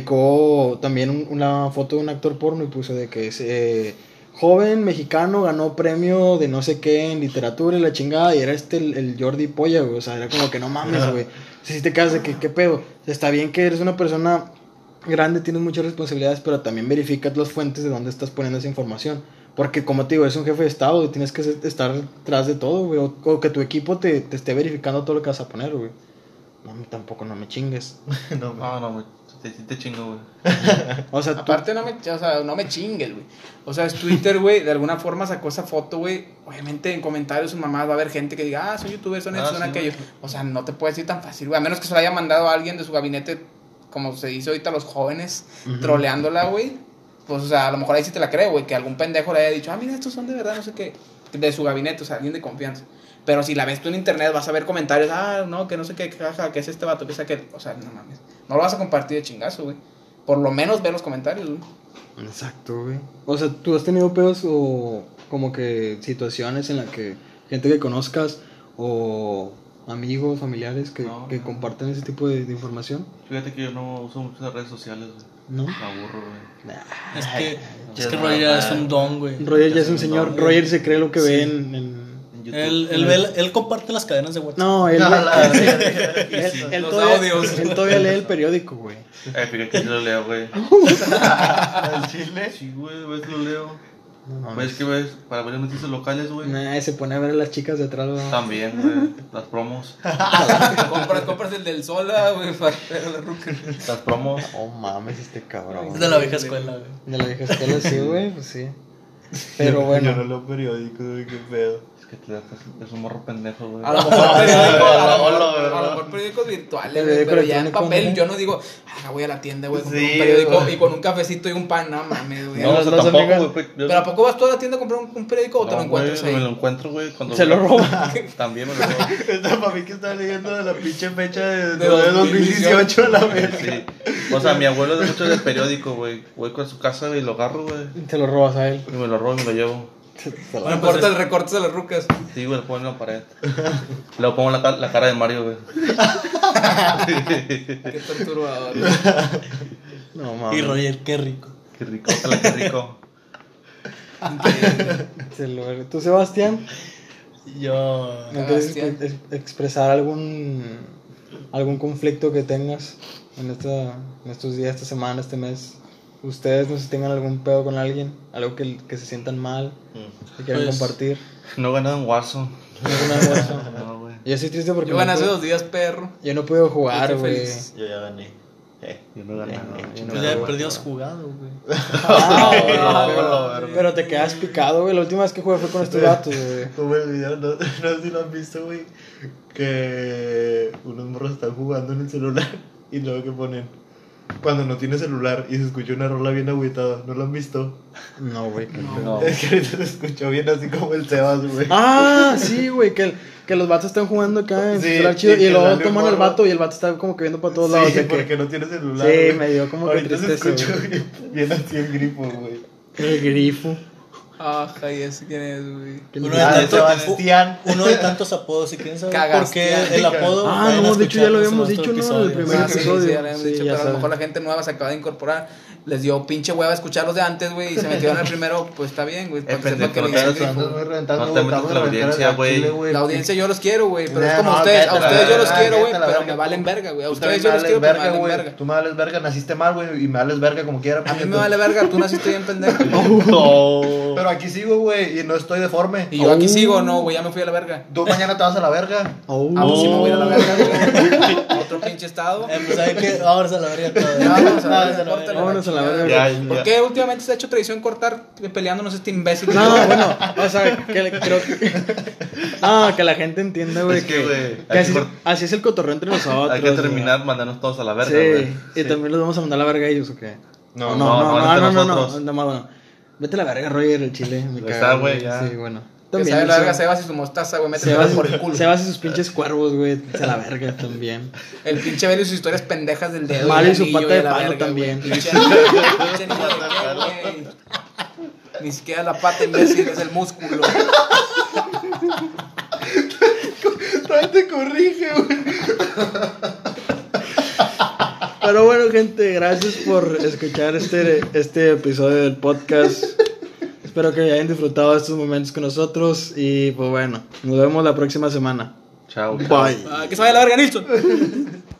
Speaker 2: publicó también un- una foto de un actor porno y puso de que eh, ese joven mexicano ganó premio de no sé qué en literatura y la chingada y era este el, el Jordi Polla, güey, o sea, era como que no mames, güey. Si te quedas de que qué pedo, O sea, está bien que eres una persona grande, tienes muchas responsabilidades, pero también verifica las fuentes de dónde estás poniendo esa información. Porque, como te digo, es un jefe de Estado y tienes que ser- estar detrás de todo, güey. O, o que tu equipo te, te esté verificando todo lo que vas a poner, güey. No, tampoco no me chingues.
Speaker 4: no, güey.
Speaker 5: Ah, No, no, güey. Te, te chingo, güey.
Speaker 2: O sea, tú-
Speaker 3: Aparte, no me, o sea, no me chingues, güey. O sea, es Twitter, güey, de alguna forma sacó esa foto, güey. Obviamente en comentarios su mamá va a haber gente que diga, ah, son youtuber, son esto,
Speaker 5: Ah,
Speaker 3: son
Speaker 5: sí,
Speaker 3: aquello.
Speaker 5: güey.
Speaker 3: O sea, no te puede decir tan fácil, güey. A menos que se lo haya mandado a alguien de su gabinete, como se dice ahorita a los jóvenes,
Speaker 2: Ujú.
Speaker 3: troleándola, güey. Pues, o sea, a lo mejor ahí sí te la creo, güey, que algún pendejo le haya dicho, ah, mira, estos son de verdad, no sé qué. De su gabinete, o sea, alguien de confianza. Pero si la ves tú en internet, vas a ver comentarios, ah, no, que no sé qué, caja, que es este vato, que es aquel. O sea, no mames. No lo vas a compartir de chingazo, güey. Por lo menos ve los comentarios, güey.
Speaker 2: Exacto, güey. O sea, ¿tú has tenido pedos o como que situaciones en las que gente que conozcas o amigos, familiares que,
Speaker 5: No,
Speaker 2: que
Speaker 5: no.
Speaker 2: comparten ese tipo de, de información?
Speaker 5: Fíjate que yo no uso mucho las redes sociales, güey.
Speaker 2: ¿No?
Speaker 5: Me aburro, güey.
Speaker 2: Nah.
Speaker 1: Es que, es
Speaker 4: ya
Speaker 1: que
Speaker 4: no,
Speaker 1: Roger
Speaker 4: man.
Speaker 1: es un don, güey.
Speaker 2: Roger ya es un
Speaker 5: No,
Speaker 2: señor.
Speaker 1: güey.
Speaker 2: Roger se cree lo que ve
Speaker 1: Sí.
Speaker 2: en... en-
Speaker 5: En YouTube.
Speaker 1: Él, él, ve- él comparte las cadenas de WhatsApp.
Speaker 2: No, él,
Speaker 4: No,
Speaker 2: él-
Speaker 4: la
Speaker 2: él- él
Speaker 3: Los
Speaker 2: todavía,
Speaker 3: audios.
Speaker 2: él todavía lee el periódico, güey.
Speaker 5: Eh, fíjate que sí lo leo, güey.
Speaker 4: ¿Al chile?
Speaker 5: Sí, güey, ves que lo leo.
Speaker 2: No mames.
Speaker 5: Ves que ves, para ver las noticias locales, güey.
Speaker 2: Nah, se pone a ver a las chicas detrás. ¿no?
Speaker 5: También, güey. Las promos.
Speaker 3: compras, compras el del sol, ah, güey, para ver la ruca.
Speaker 5: Las promos.
Speaker 2: Oh, mames, este cabrón.
Speaker 1: Es de la vieja escuela, güey.
Speaker 2: De la vieja escuela, sí, güey, pues sí. Pero bueno.
Speaker 4: Yo no leo periódicos, güey, qué pedo.
Speaker 5: Es que te es un morro pendejo, güey.
Speaker 3: A lo mejor periódicos, a lo
Speaker 4: Hola,
Speaker 3: mejor-
Speaker 4: hola,
Speaker 3: a lo
Speaker 4: hola.
Speaker 3: mejor periódicos virtuales,
Speaker 2: El
Speaker 3: güey,
Speaker 2: periódico
Speaker 3: pero ya en
Speaker 2: electrónico,
Speaker 3: papel.
Speaker 2: ¿no?
Speaker 3: Yo no digo, ah, voy a la tienda, güey, compro
Speaker 4: Sí,
Speaker 3: un periódico
Speaker 4: güey.
Speaker 3: y con un cafecito y un pan, no mames, güey.
Speaker 5: No, o sea,
Speaker 2: Los
Speaker 5: tampoco,
Speaker 2: amigos-
Speaker 5: güey. pues, yo-
Speaker 3: Pero ¿a poco vas tú a la tienda a comprar un, un periódico o te
Speaker 5: No,
Speaker 3: lo encuentras
Speaker 5: güey, Me
Speaker 3: ahí?
Speaker 5: lo encuentro, güey. cuando-
Speaker 2: Se lo roba.
Speaker 5: También me lo roba.
Speaker 4: Esta para mí que estaba leyendo de la pinche fecha de,
Speaker 3: De
Speaker 4: de 2018 a la verga.
Speaker 5: Sí. O sea, mi abuelo es mucho del periódico, güey. Voy con su casa güey, y lo agarro, güey.
Speaker 2: Te lo robas a él.
Speaker 5: Y me lo robo y me lo llevo.
Speaker 3: No importa el recorte de las rucas.
Speaker 5: Sí, güey, lo pongo en la pared. Luego pongo la, ca- la cara de Mario, güey.
Speaker 3: Qué perturbador.
Speaker 2: No
Speaker 1: Y
Speaker 2: mames.
Speaker 1: Roger, qué rico.
Speaker 5: Qué rico, ojalá qué rico.
Speaker 2: Se lo- Tú, Sebastián,
Speaker 1: Yo.
Speaker 2: ¿me quieres
Speaker 3: Sebastián.
Speaker 2: ex- expresar algún algún conflicto que tengas en, esta, en estos días, esta semana, este mes? Ustedes no sé si tengan algún pedo con alguien, algo que, que se sientan mal, que quieran
Speaker 1: Pues-
Speaker 2: compartir.
Speaker 5: No he ganado en Warzone.
Speaker 2: Alguna cosa.
Speaker 5: No, güey.
Speaker 2: Yo soy triste porque
Speaker 3: Yo gané
Speaker 2: no
Speaker 3: hace
Speaker 2: pude-
Speaker 3: dos días, perro.
Speaker 2: yo no puedo jugar,
Speaker 3: Estoy
Speaker 2: güey.
Speaker 3: feliz.
Speaker 4: Yo ya gané. Eh.
Speaker 5: Yo no he ganado.
Speaker 2: Ya,
Speaker 5: chingada,
Speaker 1: Pues ya
Speaker 5: güey.
Speaker 1: perdidos jugado, güey.
Speaker 2: Ah, güey,
Speaker 4: Ah,
Speaker 2: pero-
Speaker 4: güey.
Speaker 2: Pero te quedas picado, güey. La última vez que jugué fue con estos gatos, güey.
Speaker 4: Como el video, no, no sé si lo han visto, güey. Que unos morros están jugando en el celular y luego que ponen. Cuando no tiene celular y se escucha una rola bien agüitada, ¿no lo han visto?
Speaker 2: No, güey. qué pedo.
Speaker 5: No.
Speaker 4: Es que ahorita se escuchó bien así como el Sebas, güey.
Speaker 2: Ah, sí, güey, que, que los vatos están jugando acá en
Speaker 4: Sí,
Speaker 2: su celular
Speaker 4: sí,
Speaker 2: chido
Speaker 4: que
Speaker 2: y luego
Speaker 4: salió el
Speaker 2: toman el
Speaker 4: morro.
Speaker 2: vato y el vato está como que viendo para todos lados.
Speaker 4: sí,
Speaker 2: de que-
Speaker 4: porque no tiene celular.
Speaker 2: Sí,
Speaker 4: güey.
Speaker 2: me dio como que
Speaker 4: Ahorita se
Speaker 2: tristeza,
Speaker 4: escuchó bien, bien así el grifo, güey.
Speaker 2: El grifo.
Speaker 3: Ajá, y ese quién es, güey.
Speaker 1: Uno de,
Speaker 2: Ah,
Speaker 4: Ah,
Speaker 1: tantos,
Speaker 4: Sebastián.
Speaker 1: uno de tantos apodos, si quieren saber por qué
Speaker 3: Cagastián.
Speaker 1: el apodo.
Speaker 2: Ah,
Speaker 1: vayan a
Speaker 2: no, de hecho ya lo habíamos
Speaker 1: escucharnos en otro
Speaker 2: dicho, ¿no? El
Speaker 1: episodio.
Speaker 2: primer
Speaker 3: Ah, sí,
Speaker 2: episodio.
Speaker 3: sí, ya lo habíamos
Speaker 2: Sí,
Speaker 3: dicho,
Speaker 2: ya
Speaker 3: pero a
Speaker 2: saben.
Speaker 3: lo mejor la gente nueva se acaba de incorporar. Les dio pinche hueva escuchar los de antes, güey, y se metieron al primero, pues está bien, güey. para que sepan
Speaker 5: pendejo,
Speaker 3: que
Speaker 5: no
Speaker 3: no
Speaker 5: te
Speaker 3: hice
Speaker 5: hagas
Speaker 3: el grifo, güey.
Speaker 5: No te metas en la audiencia, güey.
Speaker 3: La audiencia yo los quiero, güey, pero
Speaker 4: Ya,
Speaker 3: es como
Speaker 4: no,
Speaker 3: ustedes. A
Speaker 4: cállate la
Speaker 3: ustedes yo
Speaker 4: verga,
Speaker 3: los quiero, güey,
Speaker 4: cállate la
Speaker 3: pero
Speaker 4: verga.
Speaker 3: me valen verga, güey. A
Speaker 4: Tú
Speaker 3: ustedes
Speaker 4: también
Speaker 3: yo los
Speaker 4: me
Speaker 3: quiero, pero me
Speaker 4: vales
Speaker 3: valen
Speaker 4: verga, güey.
Speaker 3: verga.
Speaker 4: Tú me vales verga, naciste mal, güey, y me vales verga como quiera. pues,
Speaker 3: A mí me
Speaker 4: puñetas.
Speaker 3: vale verga, tú naciste bien pendejo.
Speaker 5: No.
Speaker 4: Pero aquí sigo, güey, y no estoy deforme.
Speaker 3: Y yo aquí sigo, no, güey, ya me fui a la verga.
Speaker 4: Tú mañana te vas a la verga.
Speaker 2: Oh,
Speaker 3: Ah, pues sí me voy a la
Speaker 2: no.
Speaker 3: verga, güey. A Otro pinche estado.
Speaker 1: Eh, pues hay que. Vámonos a la verga todo.
Speaker 3: Ya, vamos a la verga,
Speaker 1: Vámonos
Speaker 3: córtale.
Speaker 2: Oh, Vámonos a la verga.
Speaker 5: Ya,
Speaker 3: ¿Por
Speaker 5: ya.
Speaker 3: qué últimamente se ha hecho tradición cortar peleándonos este imbécil?
Speaker 2: No, bueno, o sea, que le- creo que. No, que la gente entienda, güey.
Speaker 5: Es que,
Speaker 2: que,
Speaker 5: güey,
Speaker 2: que
Speaker 5: hay
Speaker 2: así,
Speaker 5: que
Speaker 2: es-
Speaker 5: cort-
Speaker 2: así es el cotorreo entre nosotros.
Speaker 5: Hay que
Speaker 2: güey.
Speaker 5: terminar, mandarnos todos a la verga, güey.
Speaker 2: Sí, y también los vamos a mandar a la verga a ellos, ¿o qué?
Speaker 4: No,
Speaker 5: no, no,
Speaker 2: no, no,
Speaker 5: entre
Speaker 2: no, no,
Speaker 5: nosotros.
Speaker 2: no, no, no. Vete a la verga, Roger, el chile. Me
Speaker 5: Ya
Speaker 2: cago,
Speaker 5: está, güey, ya.
Speaker 2: Sí, bueno.
Speaker 3: Que sabe la
Speaker 2: sí.
Speaker 3: verga Sebas y su mostaza, güey, métetela
Speaker 2: Sebas,
Speaker 3: por el culo.
Speaker 2: Sebas y sus pinches cuervos, güey. Se la verga también.
Speaker 3: El pinche Velo y sus historias pendejas del dedo.
Speaker 2: Mario
Speaker 3: el
Speaker 2: y su
Speaker 3: anillo
Speaker 2: pata de
Speaker 3: la
Speaker 2: palo
Speaker 3: verga,
Speaker 2: también.
Speaker 3: güey. Pinche- pinche anillo de qué, güey. Ni siquiera la pata, imbécil, es el músculo.
Speaker 4: Todavía te corrige, güey.
Speaker 2: Pero bueno, gente, gracias por escuchar este, este episodio del podcast. Espero que hayan disfrutado estos momentos con nosotros. Y pues bueno, nos vemos la próxima semana.
Speaker 5: Chao.
Speaker 2: Bye.
Speaker 3: Ah, que se vaya a la verga, Nilsson.